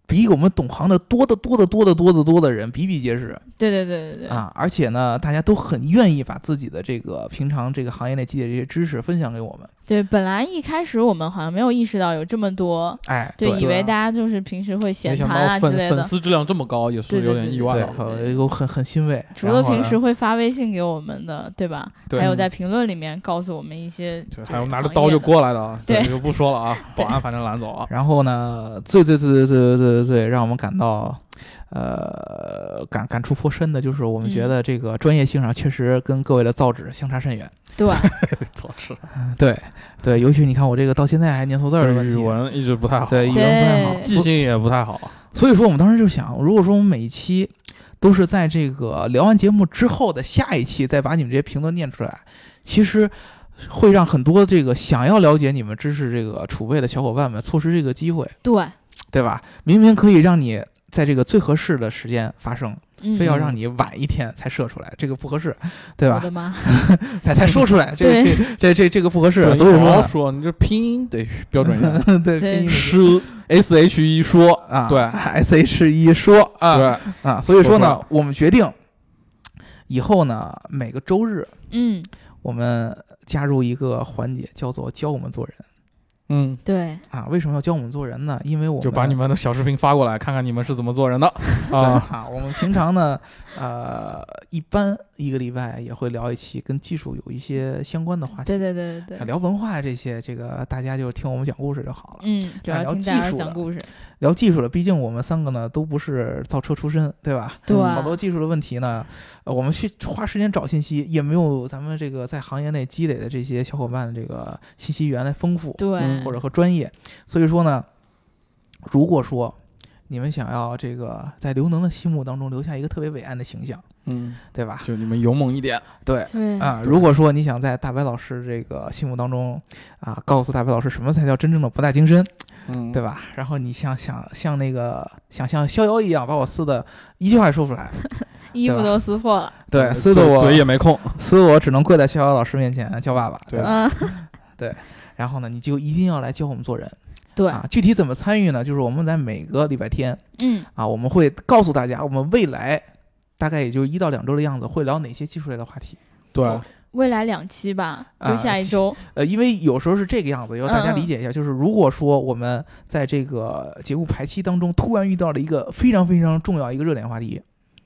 [SPEAKER 4] 比我们懂行的多得多得多得多得多的人比比皆是
[SPEAKER 2] 对对对对对。
[SPEAKER 4] 啊！而且呢，大家都很愿意把自己的这个平常这个行业内积累的这些知识分享给我们，
[SPEAKER 2] 对，本来一开始我们好像没有意识到有这么多，
[SPEAKER 4] 哎，
[SPEAKER 2] 就以
[SPEAKER 4] 对
[SPEAKER 2] 为大家就是平时会闲
[SPEAKER 3] 没想
[SPEAKER 2] 谈啊
[SPEAKER 3] 到
[SPEAKER 2] 之
[SPEAKER 3] 粉
[SPEAKER 2] 类
[SPEAKER 3] 粉
[SPEAKER 2] 的。
[SPEAKER 3] 丝质量这么高，也是有点意外
[SPEAKER 4] 对
[SPEAKER 3] 了。
[SPEAKER 4] 很有很很欣慰。
[SPEAKER 2] 除了
[SPEAKER 4] 然后呢嗯
[SPEAKER 2] 平时会发微信给我们的，对吧？
[SPEAKER 3] 对
[SPEAKER 2] 还有在评论里面告诉我们一些就
[SPEAKER 3] 对，
[SPEAKER 2] 是
[SPEAKER 3] 还有拿着
[SPEAKER 2] 行
[SPEAKER 3] 刀
[SPEAKER 2] 业
[SPEAKER 3] 就
[SPEAKER 2] 的
[SPEAKER 3] 过来的啊，
[SPEAKER 2] 对
[SPEAKER 3] 就不说了啊，保安反正拦走啊。
[SPEAKER 4] 然后呢，最最最最最最最最让我们感到，呃，感感触颇深的就是，我
[SPEAKER 2] 嗯
[SPEAKER 4] 们觉得这个专业性上确实跟各位的造纸相差甚远。
[SPEAKER 2] 对，
[SPEAKER 3] 早 吃，
[SPEAKER 4] 对对，尤其你看我这个到现在还念错字儿的问
[SPEAKER 3] 语
[SPEAKER 4] 题，
[SPEAKER 3] 文一直不哎太好，啊
[SPEAKER 4] 对语文不太好，
[SPEAKER 2] 对
[SPEAKER 3] 记性也不太好。啊
[SPEAKER 4] 所以说我们当时就想，如果说我们每一期都是在这个聊完节目之后的下一期再把你们这些评论念出来，其实。会让很多这个想要了解你们知识这个储备的小伙伴们错失这个机会，
[SPEAKER 2] 对，
[SPEAKER 4] 对吧？明明可以让你在这个最合适的时间发生，
[SPEAKER 2] 嗯
[SPEAKER 4] 非要让你晚一天才射出来，这个不合适，对
[SPEAKER 2] 我
[SPEAKER 4] 吧？
[SPEAKER 2] 的妈，
[SPEAKER 4] 才才说 出来，这个
[SPEAKER 2] 对
[SPEAKER 4] 这这这这个不合适，
[SPEAKER 3] 对
[SPEAKER 4] 啊所以
[SPEAKER 3] 你好好
[SPEAKER 4] 说，
[SPEAKER 3] 说，你这拼音得标准一 点
[SPEAKER 4] 对
[SPEAKER 2] 对
[SPEAKER 4] 拼音
[SPEAKER 3] 诗 S H E 说，
[SPEAKER 4] 啊，
[SPEAKER 3] 对
[SPEAKER 4] ，S H E 说啊
[SPEAKER 3] 对，
[SPEAKER 4] 啊，所以说
[SPEAKER 3] 说
[SPEAKER 4] 呢，我们决定以后呢，每个周日
[SPEAKER 2] 嗯，
[SPEAKER 4] 我们加入一个环节，叫做教我们做人
[SPEAKER 3] 嗯，
[SPEAKER 2] 对，
[SPEAKER 4] 啊。为什么要教我们做人呢？因为我们
[SPEAKER 3] 就把你们的小视频发过来，看看你们是怎么做人的
[SPEAKER 4] 对
[SPEAKER 3] 啊。
[SPEAKER 4] 啊，我们平常呢， 呃，一般一个礼拜也会聊一期跟技术有一些相关的话题，
[SPEAKER 2] 对对对对
[SPEAKER 4] 啊
[SPEAKER 2] 对，
[SPEAKER 4] 聊文化这些，这个大家就听我们讲故事就好了。
[SPEAKER 2] 嗯，主要
[SPEAKER 4] 啊聊
[SPEAKER 2] 听
[SPEAKER 4] 技
[SPEAKER 2] 大家
[SPEAKER 4] 术的嗯
[SPEAKER 2] 讲故事，
[SPEAKER 4] 聊技术了，毕竟我们三个呢都不是造车出身，对吧？
[SPEAKER 2] 对
[SPEAKER 4] 好多技术的问题呢，呃，我们去花时间找信息，也没有咱们这个在行业内积累的这些小伙伴的这个信息源来丰富，
[SPEAKER 2] 对，
[SPEAKER 3] 嗯
[SPEAKER 4] 或者和专业。所以说呢，如果说你们想要这个在刘能的心目当中留下一个特别伟岸的形象，
[SPEAKER 3] 嗯，
[SPEAKER 4] 对吧？
[SPEAKER 3] 就你们勇猛一点，
[SPEAKER 4] 对。
[SPEAKER 2] 对，
[SPEAKER 4] 啊、
[SPEAKER 3] 对
[SPEAKER 4] 如果说你想在大白老师这个心目当中，啊、告诉大白老师什么才叫真正的博大精深，
[SPEAKER 3] 嗯，
[SPEAKER 4] 对吧？然后你像想像那个想像逍遥一样把我撕的一句话也说不出来，
[SPEAKER 2] 衣服
[SPEAKER 4] 对吧
[SPEAKER 2] 都撕破了，
[SPEAKER 4] 对，
[SPEAKER 3] 嘴
[SPEAKER 4] 撕的我哦
[SPEAKER 3] 嘴也没空，
[SPEAKER 4] 撕我只能跪在逍遥老师面前叫爸爸，
[SPEAKER 3] 对
[SPEAKER 4] 吧？
[SPEAKER 2] 嗯，
[SPEAKER 4] 然后呢，你就一定要来教我们做人
[SPEAKER 2] 对，
[SPEAKER 4] 啊！具体怎么参与呢？就是我们在每个礼拜天
[SPEAKER 2] 嗯，
[SPEAKER 4] 啊，我们会告诉大家我们未来。大概也就一到两周的样子，会聊哪些技术类的话题？
[SPEAKER 3] 对，
[SPEAKER 2] 未来两期吧，就
[SPEAKER 4] 啊
[SPEAKER 2] 下一
[SPEAKER 4] 期
[SPEAKER 2] 周，
[SPEAKER 4] 呃，因为有时候是这个样子，要大家
[SPEAKER 2] 嗯嗯
[SPEAKER 4] 理解一下。就是如果说我们在这个节目排期当中突然遇到了一个非常非常重要一个热点话题，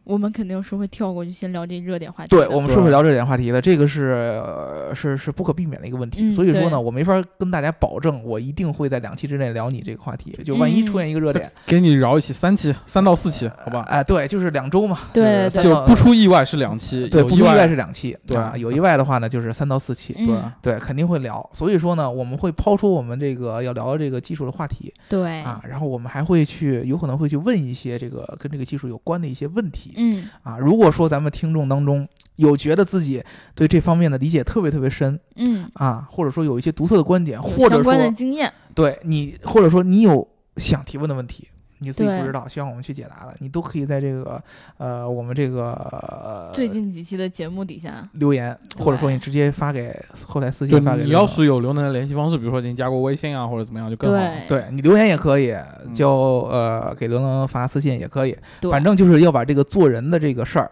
[SPEAKER 2] 我们肯定是会跳过去，先了解热点话题的。
[SPEAKER 4] 对我们是会聊这点话题的，这个是呃是是不可避免的一个问题。
[SPEAKER 2] 嗯
[SPEAKER 4] 所以说
[SPEAKER 2] 对
[SPEAKER 4] 呢，我没法跟大家保证，我一定会在两期之内聊你这个话题。就万
[SPEAKER 2] 嗯
[SPEAKER 4] 一出现一个热点，
[SPEAKER 3] 给你饶一期，三期，三到四期，好吧？
[SPEAKER 4] 哎、对，就是两周嘛，
[SPEAKER 2] 对
[SPEAKER 4] 就是三
[SPEAKER 3] 就
[SPEAKER 4] 到
[SPEAKER 3] 不出意外是两期，
[SPEAKER 4] 对
[SPEAKER 3] 有
[SPEAKER 4] 不出
[SPEAKER 3] 意
[SPEAKER 4] 意
[SPEAKER 3] 外
[SPEAKER 4] 外是两期，
[SPEAKER 3] 对
[SPEAKER 4] 啊，有意外的话呢，就是三到四期。
[SPEAKER 2] 嗯，
[SPEAKER 3] 对啊
[SPEAKER 4] 对，肯定会聊，所以说呢，我们会抛出我们这个要聊的这个技术的话题
[SPEAKER 2] 对，
[SPEAKER 4] 啊，然后我们还会去，有可能会去问一些这个跟这个技术有关的一些问题。
[SPEAKER 2] 嗯，
[SPEAKER 4] 啊，如果说咱们听众当中有觉得自己对这方面的理解特别特别深
[SPEAKER 2] 嗯，
[SPEAKER 4] 啊，或者说有一些独特的观点，
[SPEAKER 2] 有
[SPEAKER 4] 或者
[SPEAKER 2] 相关的
[SPEAKER 4] 说
[SPEAKER 2] 经验，
[SPEAKER 4] 对你，或者说你有想提问的问题，你自己
[SPEAKER 2] 对
[SPEAKER 4] 不知道，需要我们去解答的，你都可以在这个呃我们这个、呃、
[SPEAKER 2] 最近几期的节目底下，
[SPEAKER 4] 留言，或者说
[SPEAKER 2] 对
[SPEAKER 4] 你直接发给后台私
[SPEAKER 3] 就
[SPEAKER 4] 信发给
[SPEAKER 3] 你
[SPEAKER 4] 刘
[SPEAKER 3] 要
[SPEAKER 4] 总
[SPEAKER 3] 是有刘能的联系方式，比如说您加过微信啊，或者怎么样，就更好。
[SPEAKER 2] 对
[SPEAKER 4] 对你留言也可以，
[SPEAKER 3] 嗯
[SPEAKER 4] 交呃给刘能发私信也可以，
[SPEAKER 2] 对
[SPEAKER 4] 反正就是要把这个做人的这个事儿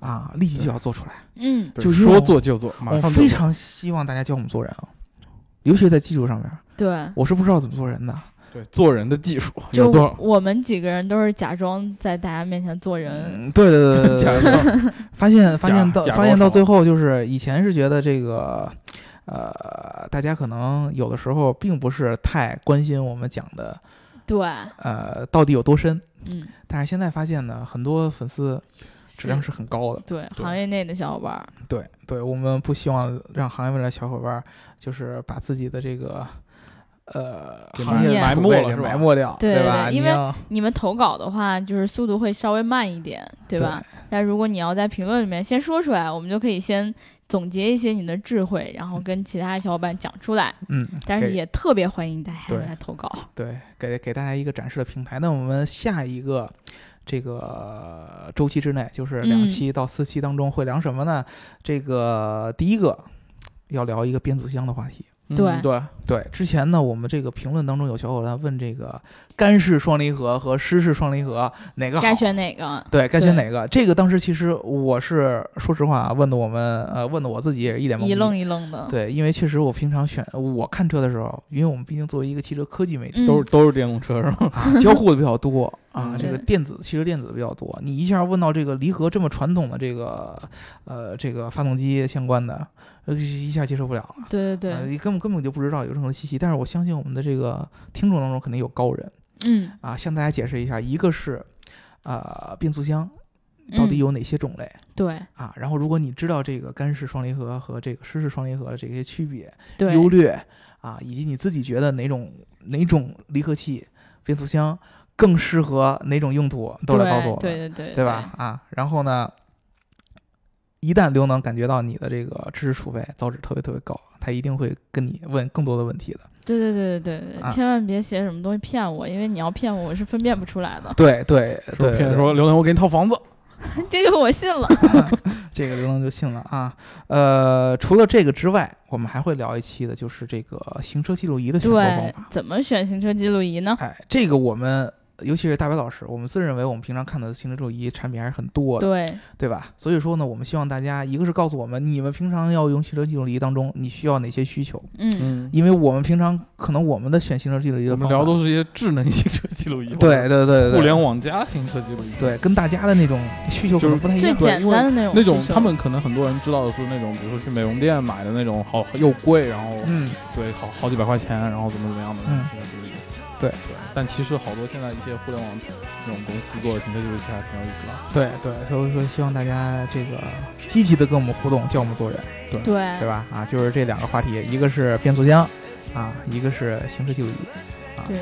[SPEAKER 4] 啊立即就要做出来。
[SPEAKER 2] 嗯，
[SPEAKER 3] 对
[SPEAKER 4] 就因为
[SPEAKER 3] 说
[SPEAKER 4] 我
[SPEAKER 3] 做就做，马
[SPEAKER 4] 我
[SPEAKER 3] 上就
[SPEAKER 4] 哦非
[SPEAKER 3] 做
[SPEAKER 4] 常希望大家教我们做人啊，尤其是在技术上面，
[SPEAKER 2] 对，
[SPEAKER 4] 我是不知道怎么做人的。
[SPEAKER 3] 对做人的技术
[SPEAKER 2] 就
[SPEAKER 3] 有多少？
[SPEAKER 2] 我们几个人都是假装在大家面前做人，
[SPEAKER 4] 嗯，对对对对
[SPEAKER 3] 假
[SPEAKER 4] 对对 对，发现发现
[SPEAKER 3] 假
[SPEAKER 4] 到
[SPEAKER 3] 假
[SPEAKER 4] 发现
[SPEAKER 3] 高
[SPEAKER 4] 到
[SPEAKER 3] 潮
[SPEAKER 4] 最后，就是以前是觉得这个，呃，大家可能有的时候并不是太关心我们讲的，
[SPEAKER 2] 对，
[SPEAKER 4] 呃，到底有多深。
[SPEAKER 2] 嗯，
[SPEAKER 4] 但是现在发现呢，很多粉丝质量是很高的。
[SPEAKER 2] 对行业内的小伙伴儿，
[SPEAKER 4] 对对，我们不希望让行业外的小伙伴儿就是把自己的这个。呃，
[SPEAKER 3] 给
[SPEAKER 4] 行业
[SPEAKER 2] 埋
[SPEAKER 4] 的储
[SPEAKER 3] 埋没
[SPEAKER 4] 备
[SPEAKER 3] 了
[SPEAKER 4] 给
[SPEAKER 3] 是吧
[SPEAKER 4] 埋没掉，
[SPEAKER 2] 对对
[SPEAKER 4] 吧？
[SPEAKER 2] 对
[SPEAKER 4] 你
[SPEAKER 2] 因为
[SPEAKER 4] 要
[SPEAKER 2] 你们投稿的话，就是速度会稍微慢一点，对吧？但如果你要在评论里面先说出来，我们就可以先总结一些你的智慧，然后跟其他小伙伴讲出来。
[SPEAKER 4] 嗯，
[SPEAKER 2] 但是
[SPEAKER 4] 给
[SPEAKER 2] 也特别欢迎大家
[SPEAKER 4] 对
[SPEAKER 2] 来投稿。
[SPEAKER 4] 对给给大家一个展示的平台。那我们下一个这个呃周期之内，就是两
[SPEAKER 2] 嗯
[SPEAKER 4] 期到四期当中会聊什么呢？这个第一个要聊一个编组箱的话题。
[SPEAKER 3] 嗯
[SPEAKER 2] 对
[SPEAKER 3] 对，
[SPEAKER 4] 对，之前呢，我们这个评论当中有小伙伴问这个干式双离合和湿式双离合哪个好
[SPEAKER 2] 该？选哪个？
[SPEAKER 4] 对，该选
[SPEAKER 2] 对
[SPEAKER 4] 哪个？这个当时其实我是说实话问的我们呃问的我自己也是一脸懵逼
[SPEAKER 2] 一愣一愣的。
[SPEAKER 4] 对，因为确实我平常选我看车的时候，因为我们毕竟作为一个汽车科技媒体，
[SPEAKER 2] 嗯，
[SPEAKER 3] 都是都是电动车是吧？
[SPEAKER 4] 啊，交互的比 较多啊，
[SPEAKER 3] 嗯
[SPEAKER 4] 这个
[SPEAKER 2] 对
[SPEAKER 4] 电子汽车电子的比较多。你一下问到这个离合这么传统的这个呃这个发动机相关的，呃一下接受不了啊，
[SPEAKER 2] 对对对，
[SPEAKER 4] 呃你根本根本就不知道有任何信息。但是我相信我们的这个听众当中肯定有高人
[SPEAKER 2] 嗯，
[SPEAKER 4] 啊，向大家解释一下，一个是呃变速箱到底
[SPEAKER 2] 有、
[SPEAKER 4] 有哪些种类。
[SPEAKER 2] 对
[SPEAKER 4] 啊，然后如果你知道这个干式双离合和这个湿式双离合的这些区别、
[SPEAKER 2] 对
[SPEAKER 4] 优劣啊，以及你自己觉得哪种哪种离合器、变速箱更适合哪种用途，都来告诉我们，
[SPEAKER 2] 对对对对
[SPEAKER 4] 吧？？啊，然后呢，一旦刘能感觉到你的这个知识储备造纸特别特别高，他一定会跟你问更多的问题的。
[SPEAKER 2] 对对对对对对，
[SPEAKER 4] 啊
[SPEAKER 2] 千万别写什么东西骗我，因为你要骗我，我是分辨不出来的。
[SPEAKER 4] 对对
[SPEAKER 3] 说
[SPEAKER 4] 对，
[SPEAKER 3] 骗
[SPEAKER 4] 对
[SPEAKER 3] 说刘能，我给你套房子，
[SPEAKER 2] 这个我信了。
[SPEAKER 4] 这个刘能就信了啊。呃，除了这个之外，我们还会聊一期的，就是这个行车记录仪的选购方
[SPEAKER 2] 对
[SPEAKER 4] 法，。
[SPEAKER 2] 怎么选行车记录仪呢？
[SPEAKER 4] 哎，这个我们尤其是大白老师，我们自认为我们平常看到的行车记录仪产品还是很多的，
[SPEAKER 2] 对，
[SPEAKER 4] 对吧？所以说呢，我们希望大家一个是告诉我们，你们平常要用行车记录仪当中，你需要哪些需求？
[SPEAKER 2] 嗯，
[SPEAKER 3] 嗯，
[SPEAKER 4] 因为我们平常可能我们的选行车记录仪
[SPEAKER 3] 我
[SPEAKER 4] 的
[SPEAKER 3] 们
[SPEAKER 4] 方
[SPEAKER 3] 聊
[SPEAKER 4] 法，
[SPEAKER 3] 都是一些智能行车记录仪，
[SPEAKER 4] 对，对对对，
[SPEAKER 3] 互联网加行车记录仪，
[SPEAKER 4] 对，跟大家的那种需求可能不太一
[SPEAKER 2] 最
[SPEAKER 4] 样。
[SPEAKER 2] 简单的那种
[SPEAKER 3] 那种
[SPEAKER 2] 需求
[SPEAKER 3] 他们可能很多人知道的是那种，比如说去美容店买的那种好又贵，然后
[SPEAKER 4] 嗯，
[SPEAKER 3] 对好好几百块钱，然后怎么怎么样的那
[SPEAKER 4] 嗯
[SPEAKER 3] 种行车记录仪。
[SPEAKER 4] 对
[SPEAKER 3] 对，但其实好多现在一些互联网这种公司做的行车记录仪还挺有意思的。
[SPEAKER 4] 对对，所以说希望大家这个积极的跟我们互动，教我们做人，对
[SPEAKER 2] 对
[SPEAKER 4] 吧？啊，就是这两个话题，一个是变速箱，啊，一个是行车记录仪。
[SPEAKER 2] 对。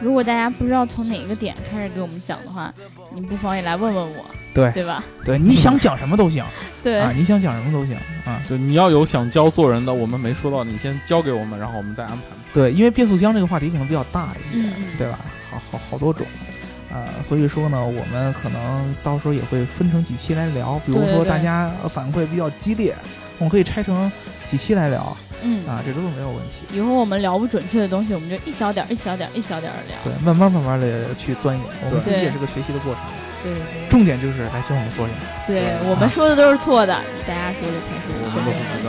[SPEAKER 2] 如果大家不知道从哪一个点开始给我们讲的话，你不妨也来问问我，
[SPEAKER 4] 对
[SPEAKER 2] 对吧？
[SPEAKER 4] 对，你想讲什么都行
[SPEAKER 2] 对，
[SPEAKER 4] 啊，你想讲什么都行啊。
[SPEAKER 3] 对，你要有想教做人的，我们没说到，你先教给我们，然后我们再安排。
[SPEAKER 4] 对，因为变速箱这个话题可能比较大一些，
[SPEAKER 2] 嗯嗯
[SPEAKER 4] 对吧？好好好多种，呃，所以说呢，我们可能到时候也会分成几期来聊。比如
[SPEAKER 2] 对对
[SPEAKER 4] 说
[SPEAKER 2] 对
[SPEAKER 4] 大家呃反馈比较激烈，我们可以拆成几期来聊
[SPEAKER 2] 嗯
[SPEAKER 4] 啊，这都是没有问题。
[SPEAKER 2] 以后我们聊不准确的东西，我们就一小点儿、一小点儿、一小点儿地聊。
[SPEAKER 4] 对，慢慢慢慢的去钻研，我们
[SPEAKER 3] 对
[SPEAKER 4] 自己也是个学习的过程。
[SPEAKER 2] 对对
[SPEAKER 4] 重点就是来教我们做人。
[SPEAKER 2] 对，对我们说的都是错的，大家说的才是
[SPEAKER 3] 我们都
[SPEAKER 2] 真
[SPEAKER 3] 不知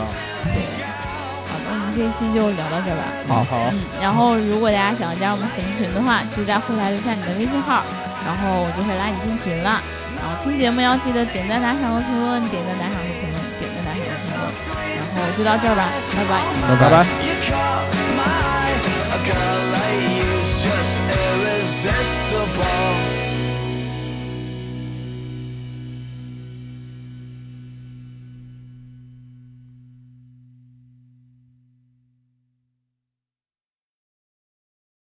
[SPEAKER 2] 的。
[SPEAKER 3] 道。
[SPEAKER 2] 好的，我们这一期就聊到这儿吧。
[SPEAKER 4] 好
[SPEAKER 3] 好，
[SPEAKER 2] 嗯，然后如果大家想加我们粉丝群的话，记得在后台留下你的微信号，然后我就会拉你进群了。然后听节目要记得点赞、打赏和评论，点赞、打赏和评论，点赞、打赏和评论。然后就到这儿吧，拜拜。
[SPEAKER 3] 拜拜。
[SPEAKER 1] You caught my eye. A girl like you's just irresistible.